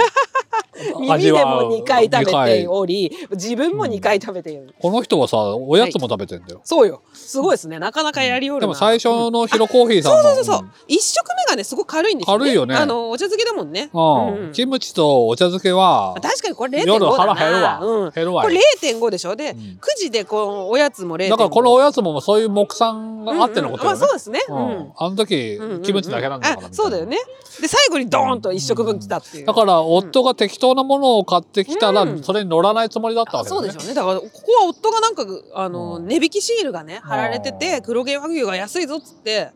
Speaker 2: 耳でも二回食べて
Speaker 3: こ
Speaker 2: おり自分も二回食べている。
Speaker 3: の人はさおやつも食べてんだよ、
Speaker 2: そうよすごいですねなかなかやりおるな。
Speaker 3: でも最初のヒロコーヒーさ
Speaker 2: そ
Speaker 3: んの
Speaker 2: うそうそうそう、一食目がねすごく軽いんですよね
Speaker 3: 軽いよね
Speaker 2: あのお茶漬けだもんね、
Speaker 3: うん
Speaker 2: うん
Speaker 3: キムチとお茶漬けは
Speaker 2: 確かにこれ0.5だな
Speaker 3: 夜腹減るわ、
Speaker 2: うん、
Speaker 3: 減るわ
Speaker 2: こ
Speaker 3: よ
Speaker 2: れ0.5でしょで、
Speaker 3: ん
Speaker 2: 9時でこうおやつも0.5
Speaker 3: だからこのおやつもそういう目算があってのこと
Speaker 2: うんうんま
Speaker 3: だよね
Speaker 2: あ、そうですね、
Speaker 3: う
Speaker 2: うんん
Speaker 3: あの時、
Speaker 2: うんうんうん
Speaker 3: キムチだけなんだか
Speaker 2: あ
Speaker 3: らみたいな
Speaker 2: そうだよねで最後にドーンと一食分きたっていう、
Speaker 3: だから夫が適当なものを買ってきたら、
Speaker 2: うん
Speaker 3: それに乗らないつもりだったわけだ
Speaker 2: そ
Speaker 3: よ
Speaker 2: う
Speaker 3: ね
Speaker 2: でしょうねだからここは夫がなんかあの、
Speaker 3: うん
Speaker 2: 値引きシールがね貼られて
Speaker 3: う
Speaker 2: て
Speaker 3: ん
Speaker 2: 黒毛和牛が安いぞっつって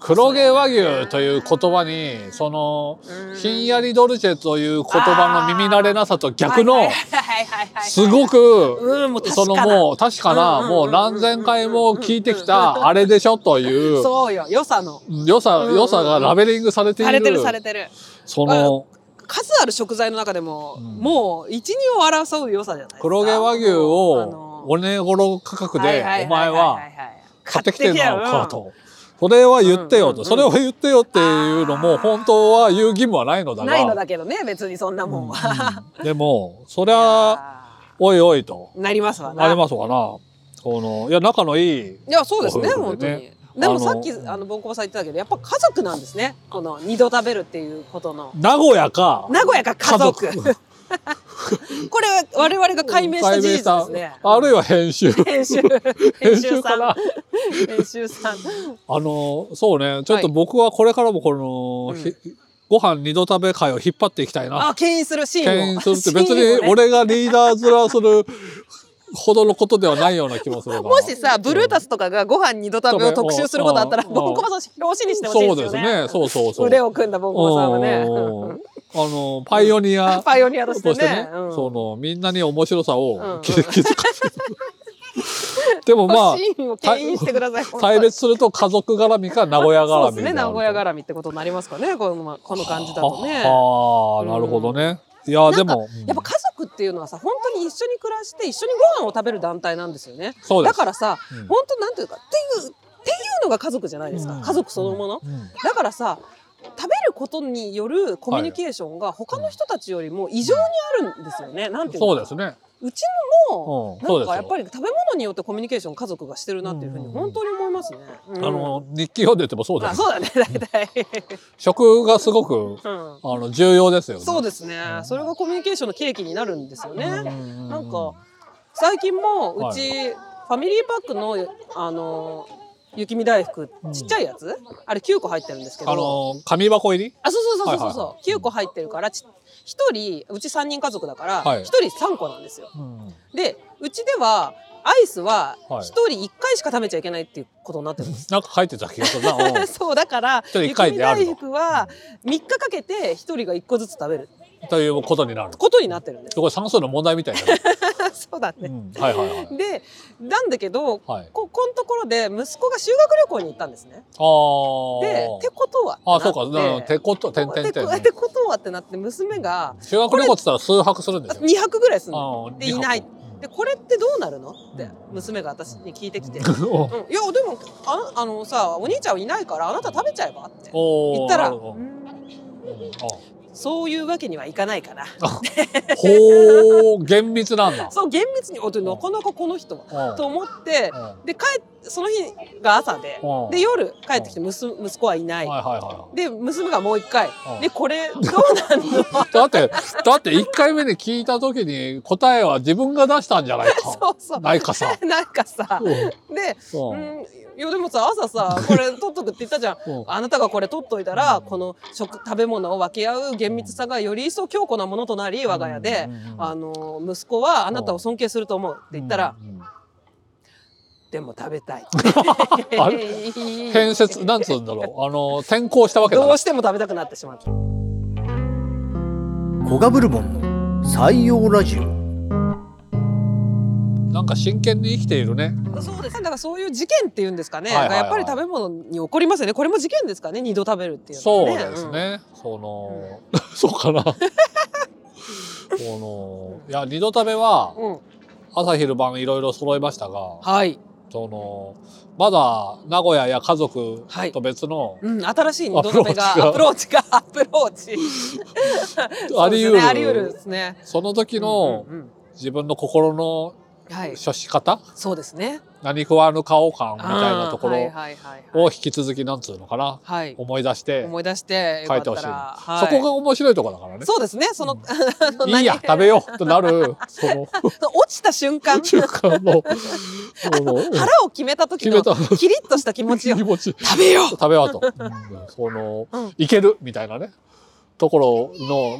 Speaker 3: 黒毛和牛という言葉にその
Speaker 2: うん
Speaker 3: ひんやりドルチェという言葉の耳慣れなさと逆
Speaker 2: はい
Speaker 3: の
Speaker 2: はいはいはいはい
Speaker 3: すごく
Speaker 2: うんもう確か
Speaker 3: そ
Speaker 2: な
Speaker 3: のもう確か
Speaker 2: うん
Speaker 3: な
Speaker 2: うんうん
Speaker 3: も
Speaker 2: うん
Speaker 3: う何千回も聞いてきたあれでしょという
Speaker 2: そうよ良さの
Speaker 3: 良さ良さがラベリングされて
Speaker 2: され
Speaker 3: い
Speaker 2: て
Speaker 3: る
Speaker 2: るされてる
Speaker 3: その
Speaker 2: 数ある食材の中でも、
Speaker 3: ん
Speaker 2: もう一二を争う良さじゃないですか
Speaker 3: 黒毛和牛をお値頃価格でお前は買ってきてるのかと。それは言ってよと、
Speaker 2: うんうんうん
Speaker 3: それは言ってよっていうのも本当は言う義務はないのだ が
Speaker 2: ないのだけどね別にそんなもん は、
Speaker 3: うんでもそりゃおいおいと
Speaker 2: なりますわな
Speaker 3: なりますわなこのいや仲のいい
Speaker 2: いやそうですね
Speaker 3: ご夫
Speaker 2: 本
Speaker 3: 婦
Speaker 2: 当
Speaker 3: でね
Speaker 2: にでもさっき
Speaker 3: あの
Speaker 2: あのボンコバさん言ってたけどやっぱ家族なんですねこの二度食べるっていうことの
Speaker 3: 名古屋か
Speaker 2: 名古屋か家族 これは我々が解明した事
Speaker 3: 解明した
Speaker 2: 実ですね
Speaker 3: あるいは編集
Speaker 2: 編集
Speaker 3: 編
Speaker 2: 編
Speaker 3: 集
Speaker 2: 集
Speaker 3: か
Speaker 2: さ
Speaker 3: なん
Speaker 2: 編集さん
Speaker 3: あのそうねちょっと僕はこれからもこの、
Speaker 2: うん
Speaker 3: ひご飯二度食べ会を引っ張っていきたいな
Speaker 2: あ牽引するシ
Speaker 3: 牽
Speaker 2: ーン
Speaker 3: 引
Speaker 2: を
Speaker 3: するって別
Speaker 2: シーンを
Speaker 3: に
Speaker 2: ね
Speaker 3: 俺がリーダー面するほどのことではないような気もするが
Speaker 2: もしさブルータスとかがご飯二度食べを特集することあったら
Speaker 3: うん
Speaker 2: ボンコバさん表紙にしてほしい
Speaker 3: そう
Speaker 2: で
Speaker 3: ですす
Speaker 2: よね
Speaker 3: ねそうそうそう
Speaker 2: 腕を組んだボンコバさんはね
Speaker 3: うん
Speaker 2: うん
Speaker 3: あのパイオニ ア
Speaker 2: パイオニアとして
Speaker 3: として
Speaker 2: ね
Speaker 3: ね、
Speaker 2: うん
Speaker 3: そのみんなに面白さ
Speaker 2: うんう
Speaker 3: を
Speaker 2: ん
Speaker 3: 気 づ気づかせるでもまあ
Speaker 2: シーンを牽引してください
Speaker 3: 対別すると家族絡みか名古屋
Speaker 2: そうで
Speaker 3: 絡み
Speaker 2: す
Speaker 3: であ
Speaker 2: ね
Speaker 3: る
Speaker 2: 名古屋絡みってことになりますかねこのこの感じだとね
Speaker 3: ははあなるほどね、いやで
Speaker 2: なんか
Speaker 3: も、うん
Speaker 2: やっぱ家族っていうのはさ本当に一緒に暮らして一緒にご飯を食べる団体なんですよね
Speaker 3: そうです
Speaker 2: だからさ、
Speaker 3: うん
Speaker 2: 本当なんていうかっていうっていうのが家族じゃないですか、
Speaker 3: うん
Speaker 2: 家族そのもの、
Speaker 3: うん
Speaker 2: だからさ食べることによるコミュニケーションが他の人たちよりも異常にあるんですよね、なんていうの
Speaker 3: そう
Speaker 2: か
Speaker 3: ですね
Speaker 2: うちのも、
Speaker 3: うんそう
Speaker 2: なんかや
Speaker 3: ですよ
Speaker 2: っぱり食べ物によってコミュニケーション家族がしてるなっていうふうに
Speaker 3: うん
Speaker 2: 本当に思いますね、うん
Speaker 3: あの日記読んでてもそうだ
Speaker 2: あ
Speaker 3: よ
Speaker 2: そうだね大体、
Speaker 3: 食がすごく
Speaker 2: うん
Speaker 3: あの重要ですよね
Speaker 2: そう
Speaker 3: で
Speaker 2: ですね、それがコミュニケーションの契機になるんですよね、
Speaker 3: な
Speaker 2: なんか最近も
Speaker 3: はいう
Speaker 2: ち、ファミリーパックのあの雪見大福
Speaker 3: うん
Speaker 2: ちっちゃいやつ、あれ9個入ってるんですけど
Speaker 3: あの紙箱入り
Speaker 2: あそうそうそうそうそう、
Speaker 3: はいはいはい
Speaker 2: 9個入ってるからち一人うち3人家族だから
Speaker 3: はい
Speaker 2: 1人3個なんですよ。
Speaker 3: うん
Speaker 2: でうちではアイスは
Speaker 3: はい
Speaker 2: 1人1回しか食べちゃいけないっていうことになってるん です。
Speaker 3: なんか書いてた気がするなうん
Speaker 2: そうだから
Speaker 3: 人一
Speaker 2: 雪
Speaker 3: 回
Speaker 2: 見
Speaker 3: である
Speaker 2: 大
Speaker 3: と
Speaker 2: 福は3日かけて1人が1個ずつ食べる
Speaker 3: ということになる
Speaker 2: ことになってるんです
Speaker 3: す。ごい算数の問題みたいな、ね
Speaker 2: そうだ
Speaker 3: う
Speaker 2: ね、
Speaker 3: ん、はいはいはい
Speaker 2: でなんだけど
Speaker 3: はい
Speaker 2: ここのところで息子が修学旅行に行ったんですね。
Speaker 3: あー
Speaker 2: でてことは
Speaker 3: あーそうか
Speaker 2: って
Speaker 3: な
Speaker 2: な
Speaker 3: る
Speaker 2: っ
Speaker 3: ってことてんてん
Speaker 2: て
Speaker 3: てん
Speaker 2: こてことはってなって娘が
Speaker 3: 修学旅行っつったら数泊するんですよ
Speaker 2: 2泊ぐらい住んで
Speaker 3: あー
Speaker 2: でいないでこれってどうなるのって娘が私に聞いてきて「うん、い
Speaker 3: お
Speaker 2: やでもああのさお兄ちゃんいないからあなた食べちゃえば」って
Speaker 3: お
Speaker 2: 言ったら
Speaker 3: なるほどうんあ
Speaker 2: そういうわけにはいかないから
Speaker 3: ほう厳密な んだ
Speaker 2: そう厳密に「おでなかなかこの人は」
Speaker 3: うん
Speaker 2: と思って
Speaker 3: うん
Speaker 2: で帰っその日が朝で
Speaker 3: うん
Speaker 2: で夜帰ってきて娘息子はいない
Speaker 3: はいはいは
Speaker 2: で娘がもう一回
Speaker 3: う
Speaker 2: 「
Speaker 3: ん
Speaker 2: でこれどうなん の?」
Speaker 3: いだってだって1回目に聞いた時に答えは自分が出したんじゃない か
Speaker 2: そうそう
Speaker 3: ないかさ
Speaker 2: なんかさ
Speaker 3: う
Speaker 2: で
Speaker 3: ん
Speaker 2: う
Speaker 3: うん
Speaker 2: んいやでもさ朝さこれ取っとくって言ったじゃん
Speaker 3: うん
Speaker 2: あなたがこれ取っといたらこの食食べ物を分け合う厳密さがより一層強固なものとなり我が家で
Speaker 3: うんうんうん
Speaker 2: あの息子はあなたを尊敬すると思うって言ったら
Speaker 3: うん
Speaker 2: でも食べたい
Speaker 3: あ 変節なんつうんだろうあの転校したわけだ
Speaker 2: ど
Speaker 3: な
Speaker 2: うしても食べたくなってしまった
Speaker 4: コガブルボンの採用ラジオ
Speaker 3: なんか真剣に生きているね
Speaker 2: そうですねだからそういう事件っていうんですかね
Speaker 3: はいはい
Speaker 2: が
Speaker 3: はい
Speaker 2: やっぱり食べ物に起こりますよねこれも事件ですかね二度食べるっていう
Speaker 3: そう
Speaker 2: のは
Speaker 3: ですね、その、 そうかなこのいや二度食べは
Speaker 2: うんうん
Speaker 3: 朝昼晩いろいろ揃いましたが、
Speaker 2: はい
Speaker 3: そのまだ名古屋や家族
Speaker 2: はい
Speaker 3: と別の、
Speaker 2: うん、新しい二度食べがア
Speaker 3: ア
Speaker 2: プ
Speaker 3: プ
Speaker 2: ローチ がアプローチそうで
Speaker 3: あり得る
Speaker 2: すねあり得るですね
Speaker 3: その時の
Speaker 2: うんうん
Speaker 3: 自分の心の
Speaker 2: うんはい
Speaker 3: 処し方、
Speaker 2: そうですね
Speaker 3: 何食わぬ顔感みたいなとこ
Speaker 2: あーは
Speaker 3: ろ
Speaker 2: いはいはい
Speaker 3: を
Speaker 2: は
Speaker 3: 引
Speaker 2: い
Speaker 3: き続きなんつうのかな
Speaker 2: はい
Speaker 3: 思い出して、
Speaker 2: 思い出してよかったら
Speaker 3: 書いてほしい
Speaker 2: は
Speaker 3: そ
Speaker 2: い
Speaker 3: こが面白いところだからね。
Speaker 2: そうですねそのあの
Speaker 3: いいや
Speaker 2: 何
Speaker 3: 食べようとな るその
Speaker 2: 落ちた瞬間
Speaker 3: 中間のその
Speaker 2: 腹を決めた時
Speaker 3: 決め
Speaker 2: の
Speaker 3: た
Speaker 2: キリッとした気持ち よ
Speaker 3: 気持ち
Speaker 2: 食べよう
Speaker 3: 食べようと、うんその、
Speaker 2: うん
Speaker 3: いけるみたいなねところの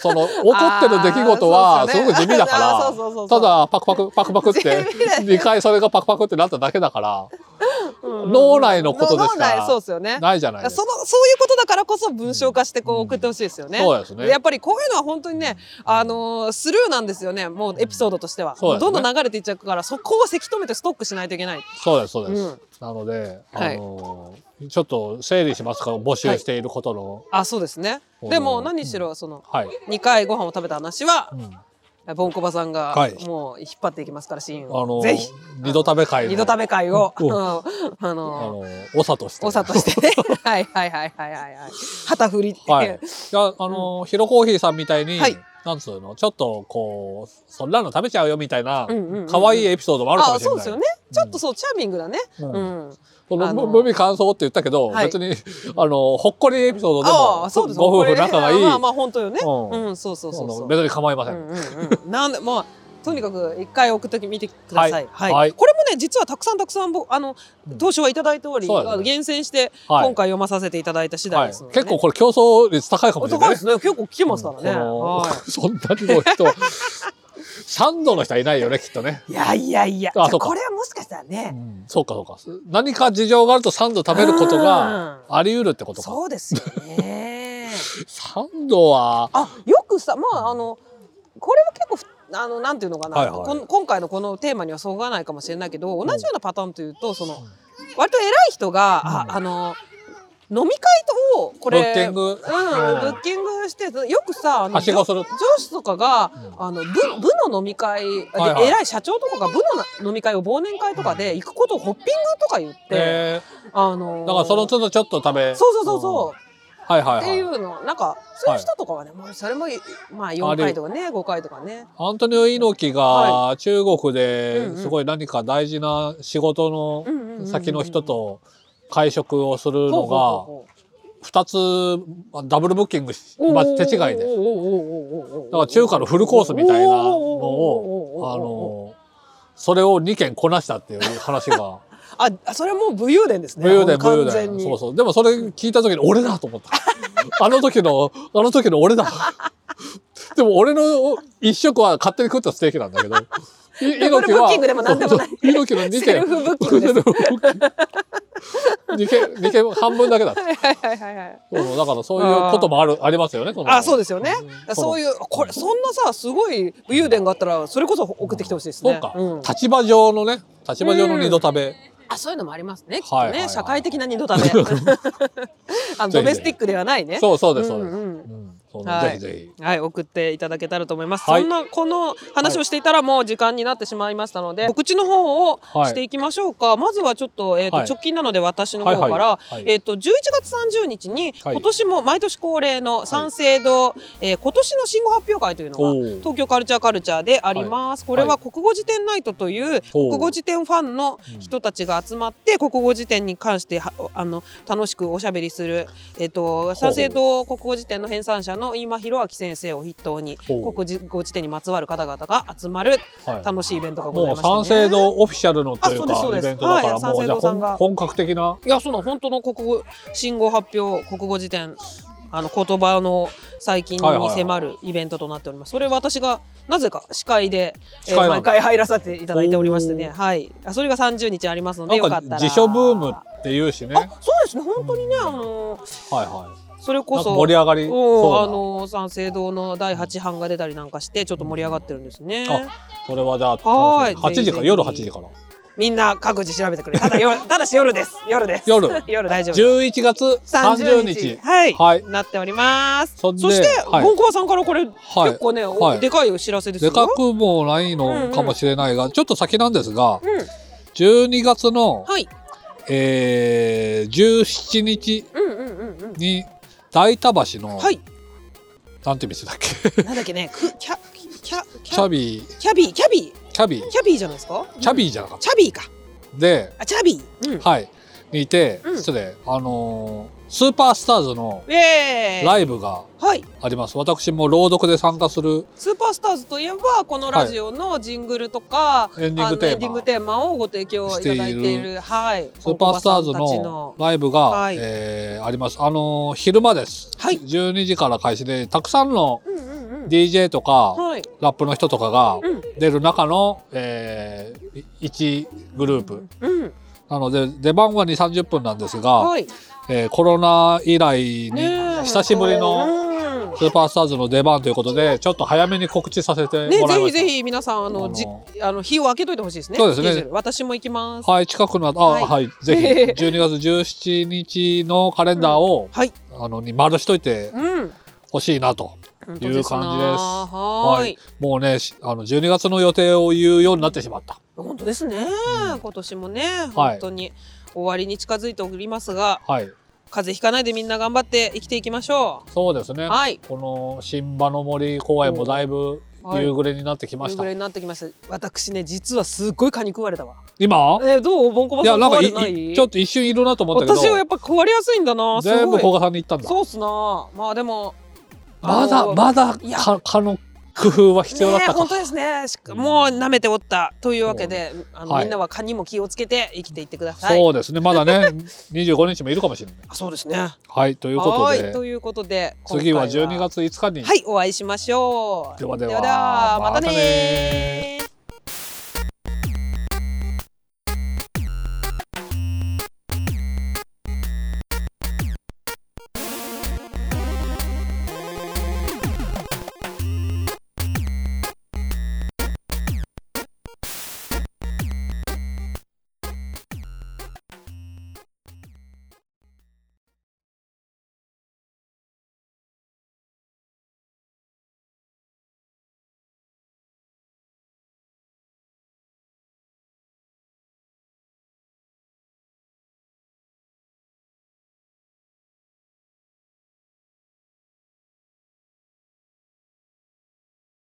Speaker 3: そ の起こってる出来事
Speaker 2: あーそ
Speaker 3: は
Speaker 2: う
Speaker 3: す
Speaker 2: す
Speaker 3: ご
Speaker 2: よ
Speaker 3: く
Speaker 2: ね
Speaker 3: 地味だか
Speaker 2: あー
Speaker 3: ら
Speaker 2: そうそうそうそ
Speaker 3: た
Speaker 2: う
Speaker 3: だパクパクパクパクっ
Speaker 2: 地味
Speaker 3: て
Speaker 2: だよね
Speaker 3: 2回それがパクパクってなっただけだから
Speaker 2: うんうん
Speaker 3: 脳内のことでし
Speaker 2: 脳内そう
Speaker 3: か
Speaker 2: ですよね
Speaker 3: ないじゃないです
Speaker 2: そ
Speaker 3: か。
Speaker 2: のそういうことだからこそ文章化してこう送ってほしいですよね。
Speaker 3: そうですね
Speaker 2: やっぱりこういうのは本当にね、あのースルーなんですよね。もうエピソードとしては、
Speaker 3: そうです
Speaker 2: ど
Speaker 3: ね
Speaker 2: んどん流れていっちゃうから、そこをせき止めてストックしないといけない。
Speaker 3: そうですそうです、
Speaker 2: うん
Speaker 3: なので、
Speaker 2: はい
Speaker 3: あのーちょっと整理しますか募集していることの
Speaker 2: あ、そうですね。
Speaker 3: うん
Speaker 2: でも何しろその
Speaker 3: はい、
Speaker 2: 2回ご飯を食べた話は
Speaker 3: うんあ
Speaker 2: ボンコバさんが
Speaker 3: はい
Speaker 2: もう引っ張っていきますからシーンを、
Speaker 3: の
Speaker 2: ぜ
Speaker 3: ー
Speaker 2: ひ
Speaker 3: 二度食べ会の
Speaker 2: 二度食べ会を、
Speaker 3: うん
Speaker 2: あ
Speaker 3: あ
Speaker 2: のー。
Speaker 3: のー長として
Speaker 2: おさとしてねはいはいはいはいはいはい旗振り
Speaker 3: はい。いや、あの、ヒロコーヒーさんみたいに、
Speaker 2: はい
Speaker 3: なんつうの、ちょっとこう、そんなの食べちゃうよみたいな
Speaker 2: うんうんうんうん、
Speaker 3: 可愛いエピソードもあるかもしれ
Speaker 2: そう
Speaker 3: な
Speaker 2: で
Speaker 3: い。
Speaker 2: すよねちょっとそうチャーミングだね
Speaker 3: うん
Speaker 2: うん
Speaker 3: そ
Speaker 2: あ
Speaker 3: の
Speaker 2: の
Speaker 3: む無味乾燥って言ったけど、
Speaker 2: はい
Speaker 3: 別に、あの、ほっこりエピソードで
Speaker 2: あ
Speaker 3: も、
Speaker 2: あそうです
Speaker 3: ご夫婦仲がいい、
Speaker 2: これねまあまあ本当よね
Speaker 3: う
Speaker 2: うんんそうそうそうそ
Speaker 3: そうの別に構いま
Speaker 2: う
Speaker 3: せん。
Speaker 2: んうんうん なんでまあとにかく一回送ってみてください
Speaker 3: は
Speaker 2: はい
Speaker 3: いはい
Speaker 2: これもね実はたくさんたくさんぼあの
Speaker 3: うん
Speaker 2: 当初はいただいており
Speaker 3: そうですね
Speaker 2: 厳選して
Speaker 3: はい
Speaker 2: 今回読まさせていただいた次第
Speaker 3: はい、
Speaker 2: です
Speaker 3: 結
Speaker 2: のでね
Speaker 3: 構これ競争率高いかも
Speaker 2: お
Speaker 3: しれな
Speaker 2: 高
Speaker 3: い
Speaker 2: い
Speaker 3: ね
Speaker 2: で。すね結構来てますからね
Speaker 3: この
Speaker 2: は
Speaker 3: そんな の人、3度の人はいないよね、きっとね。
Speaker 2: いいやいやいや
Speaker 3: あ
Speaker 2: じゃ
Speaker 3: そうか
Speaker 2: これはもしかしたらね
Speaker 3: そうかそうか。何か事情があると3度食べることがあり得るってことか。
Speaker 2: そうですよね
Speaker 3: 3度は、
Speaker 2: あよくさまああのこれは結構ふあのなんていうのかな、
Speaker 3: はいはい
Speaker 2: こん今回のこのテーマにはそぐわないかもしれないけど同じようなパターンというとその割と偉い人が、ああの飲み会とをこれ
Speaker 3: ブッキング
Speaker 2: うん、ブ
Speaker 3: うん
Speaker 2: ッキング話してそのよくさあの
Speaker 3: はしごする
Speaker 2: 上司とかが、あの部部の飲み会、
Speaker 3: はいはい
Speaker 2: で偉い社長とかが部の飲み会を忘年会とかで行くことをホッピングとか言って、
Speaker 3: え
Speaker 2: あの
Speaker 3: ー、だからその都度ちょっと食べ
Speaker 2: そうそうそうそう
Speaker 3: はいはい
Speaker 2: ってい
Speaker 3: はいう
Speaker 2: のなんかそういう人とかはね、もうそれもまあ4回とかね5回とかね
Speaker 3: アントニオ猪木
Speaker 2: は
Speaker 3: が中国
Speaker 2: うんう
Speaker 3: で
Speaker 2: ん
Speaker 3: すごい何か大事な仕事
Speaker 2: うんうんうんう
Speaker 3: の
Speaker 2: ん
Speaker 3: 先の人と会食をする
Speaker 2: ほう
Speaker 3: の
Speaker 2: ほうほう
Speaker 3: が
Speaker 2: ほう
Speaker 3: 2つダブルブッキングし、
Speaker 2: おー
Speaker 3: まあ、手違いで
Speaker 2: おーおーおーおーおーおーおー
Speaker 3: だから中華のフルコースみたいなの
Speaker 2: おーおーおーおーおーおー
Speaker 3: を、あの、それを2件こなしたっていう話が、
Speaker 2: あそれはもう武勇伝ですね
Speaker 3: 武勇伝、武
Speaker 2: 完
Speaker 3: 勇
Speaker 2: 全
Speaker 3: 伝。
Speaker 2: に
Speaker 3: そうそう。でもそれ聞いた時に俺だと 思った。あの時の、あの時の俺だ。でも俺の一食は勝手に食ったステーキなんだけど。い
Speaker 2: ダブルブッキングでもなんでもない
Speaker 3: そうそう猪木の2件。
Speaker 2: セルフブッキ ングです
Speaker 3: セルフブッキング二件、二件半分だけだった。
Speaker 2: はいはいはいはいはい
Speaker 3: そうそうだからそういうこともある、ありますよね。この
Speaker 2: あそうですよね。
Speaker 3: ん
Speaker 2: そういうこれそんなさすごい武勇伝があったらそれこそ送ってきてほしいですね。
Speaker 3: そうか、
Speaker 2: ん
Speaker 3: 立場上のね立場上の二度食べ、
Speaker 2: あそういうのもありますね。きっと
Speaker 3: はいはいは
Speaker 2: ね
Speaker 3: い
Speaker 2: 社会的な二度 食べ。あの
Speaker 3: ぜひぜひ
Speaker 2: ドメスティックではないね。
Speaker 3: そうそうですそう
Speaker 2: う
Speaker 3: です、うん
Speaker 2: ん
Speaker 3: そう
Speaker 2: はい
Speaker 3: ぜひぜひ
Speaker 2: はい送っていただけたらと思います。
Speaker 3: はい
Speaker 2: そんなこの話をしていたらもう時間になってしまいましたので、告知の方を
Speaker 3: はい
Speaker 2: していきましょうか。まずはちょっとえっ、と、
Speaker 3: はい
Speaker 2: 直近なので私の方から、
Speaker 3: はいはいはい
Speaker 2: えっ、と11月30日に、
Speaker 3: はい
Speaker 2: 今年も毎年恒例の三省堂、えー今年の新語発表会というのが
Speaker 3: おー
Speaker 2: 東京カルチャーカルチャーであります。これは国語辞典ナイトという
Speaker 3: おー
Speaker 2: 国語辞典ファンの人たちが集まって国語辞典に関してはあの楽しくおしゃべりするえっ、と三省堂東国語辞典の編纂者の今弘明先生を筆頭に
Speaker 3: ほう
Speaker 2: 国語辞典にまつわる方々が集まる
Speaker 3: はい
Speaker 2: 楽しいイベントがござ
Speaker 3: も
Speaker 2: いうましたね。
Speaker 3: 三省堂オフィシャルのという
Speaker 2: あ
Speaker 3: か
Speaker 2: そうですそうで
Speaker 3: イ
Speaker 2: す
Speaker 3: ベントだから、
Speaker 2: はい
Speaker 3: もうじゃあ
Speaker 2: 三省堂さんが
Speaker 3: 本本格的ない
Speaker 2: やその本当の国語信号発表国語辞典あの言葉の最近
Speaker 3: はい
Speaker 2: に
Speaker 3: はいはい
Speaker 2: 迫るイベントとなっております。それ私がなぜか司会で、え
Speaker 3: 司
Speaker 2: ー
Speaker 3: 会なんだ
Speaker 2: 毎回入らさせていただいておりましてね、
Speaker 3: お
Speaker 2: はい。あそれが30日ありますの
Speaker 3: な
Speaker 2: でよか
Speaker 3: ん
Speaker 2: っ
Speaker 3: か
Speaker 2: たら。
Speaker 3: 辞書ブームっていうしねはい
Speaker 2: あそうですね本当にねあのー
Speaker 3: は
Speaker 2: それ
Speaker 3: いな
Speaker 2: こ
Speaker 3: んか
Speaker 2: そ
Speaker 3: 盛り上が
Speaker 2: お
Speaker 3: り
Speaker 2: ーあ
Speaker 3: そ
Speaker 2: のー三省堂の第八版が出たりなんかしてちょっと盛り上がってるんですね
Speaker 3: う。だなあそれはじゃあ
Speaker 2: はい
Speaker 3: 楽しみ
Speaker 2: ぜひぜひ
Speaker 3: 8時から夜8時から
Speaker 2: みんな各自調べてくれ。ただ 夜ただし夜です夜です
Speaker 3: 夜
Speaker 2: 夜大丈夫。
Speaker 3: 11月30日
Speaker 2: はい、
Speaker 3: はい
Speaker 2: なっております。
Speaker 3: そ
Speaker 2: そ
Speaker 3: んで
Speaker 2: して、
Speaker 3: はい
Speaker 2: ゴンコワさんからこれ、
Speaker 3: はい
Speaker 2: 結構ね、お
Speaker 3: はい
Speaker 2: でかいお知らせです
Speaker 3: で
Speaker 2: よ。
Speaker 3: かくもないのかもしれないが、ちょっと先なんですが、12月の、
Speaker 2: はい。
Speaker 3: えー、17日
Speaker 2: うんうんうんうん。
Speaker 3: に代田橋の、
Speaker 2: はい。
Speaker 3: なんていう店だっけ
Speaker 2: なんだっけ ね、くキャキャキ
Speaker 3: キャ
Speaker 2: ャ
Speaker 3: ビー
Speaker 2: キャビーキャビ
Speaker 3: キャビー
Speaker 2: ーキャビーじゃないですか？
Speaker 3: キャビーじゃなかっ
Speaker 2: チャビーか。
Speaker 3: たで、
Speaker 2: あチャビー。うん。
Speaker 3: はいにいて、
Speaker 2: うん
Speaker 3: 失礼あのースーパースターズの
Speaker 2: イエーイ。
Speaker 3: ライブが
Speaker 2: はい。
Speaker 3: あります私も朗読で参加する
Speaker 2: スーパースターズといえばこのラジオのジングルとか、
Speaker 3: いエンディングテー
Speaker 2: あのエ
Speaker 3: マ
Speaker 2: ンディングテーマをご提供いただいてい
Speaker 3: してい
Speaker 2: るはい。
Speaker 3: スーパースター
Speaker 2: ゴ
Speaker 3: ズ
Speaker 2: ンコワさんたち
Speaker 3: のライブが、
Speaker 2: はい
Speaker 3: えーありますあのー昼間です、
Speaker 2: はい
Speaker 3: 12時から開始でたくさんの
Speaker 2: うんうんうん。
Speaker 3: DJ とか、
Speaker 2: はい。
Speaker 3: ラップの人とかが
Speaker 2: うん
Speaker 3: 出る中の、えー、1グループ
Speaker 2: うん。
Speaker 3: なので出番は2 3 0分なんですが、
Speaker 2: はい。
Speaker 3: えーコロナ以来に
Speaker 2: ねえ
Speaker 3: 久しぶりの
Speaker 2: うん
Speaker 3: スーパースターズの出番ということでちょっと早めに告知させて
Speaker 2: ね、
Speaker 3: もら
Speaker 2: ぜ
Speaker 3: いま
Speaker 2: ひ
Speaker 3: した。
Speaker 2: ぜひ皆さんあ
Speaker 3: あ
Speaker 2: の
Speaker 3: の
Speaker 2: じあの日を開けといてほしいですね。
Speaker 3: そうですね
Speaker 2: スケジュール私も行きます。
Speaker 3: はい、近くの、あ、
Speaker 2: は
Speaker 3: はいい、ぜひ、12月17日のカレンダーを、
Speaker 2: はい。
Speaker 3: あの、に丸しといて
Speaker 2: うん。
Speaker 3: ほしいなという感じです。
Speaker 2: はーい。
Speaker 3: もうね、しあの、12月の予定を言うようになってしまった。
Speaker 2: 本当ですね。今年もね、
Speaker 3: はい
Speaker 2: 本当に終わりに近づいておりますが、
Speaker 3: はい。
Speaker 2: 風邪ひかないでみんな頑張って生きていきましょ
Speaker 3: そうですね。
Speaker 2: はい
Speaker 3: この新場の森公園もだいぶ
Speaker 2: はい
Speaker 3: 夕暮れになってき
Speaker 2: う。
Speaker 3: ま
Speaker 2: 夕
Speaker 3: した。
Speaker 2: 暮れになってきました。私ね、実はすっごい蚊に食われたわ。
Speaker 3: 今
Speaker 2: えー、どうボンコバ
Speaker 3: い
Speaker 2: さ
Speaker 3: や、
Speaker 2: ん
Speaker 3: なん
Speaker 2: 食
Speaker 3: か
Speaker 2: わ
Speaker 3: い
Speaker 2: れない
Speaker 3: いちょっと一瞬いるなと思ったけど、
Speaker 2: 私はやっぱ食われやすいんだな。すごい
Speaker 3: 全部古賀さんに行ったんだ。
Speaker 2: そうっすな。まあでも。
Speaker 3: ま
Speaker 2: あ
Speaker 3: だ、
Speaker 2: の
Speaker 3: まだ
Speaker 2: いや
Speaker 3: か、蚊の工夫は必要だっ
Speaker 2: ね
Speaker 3: た
Speaker 2: え
Speaker 3: か。
Speaker 2: 本当ですねしかもう舐めておったというわけで、あの
Speaker 3: はい
Speaker 2: みんなは蚊にも気をつけて生きていってください
Speaker 3: そうですね。ま だね、25日もいるかもしれない。
Speaker 2: あそうですねは
Speaker 3: はい、ということ
Speaker 2: ーい
Speaker 3: で、
Speaker 2: ということで
Speaker 3: 次は
Speaker 2: 今回
Speaker 3: 12月5日に。
Speaker 2: はいお会いしましょう
Speaker 3: ではでは
Speaker 2: またねー
Speaker 3: またね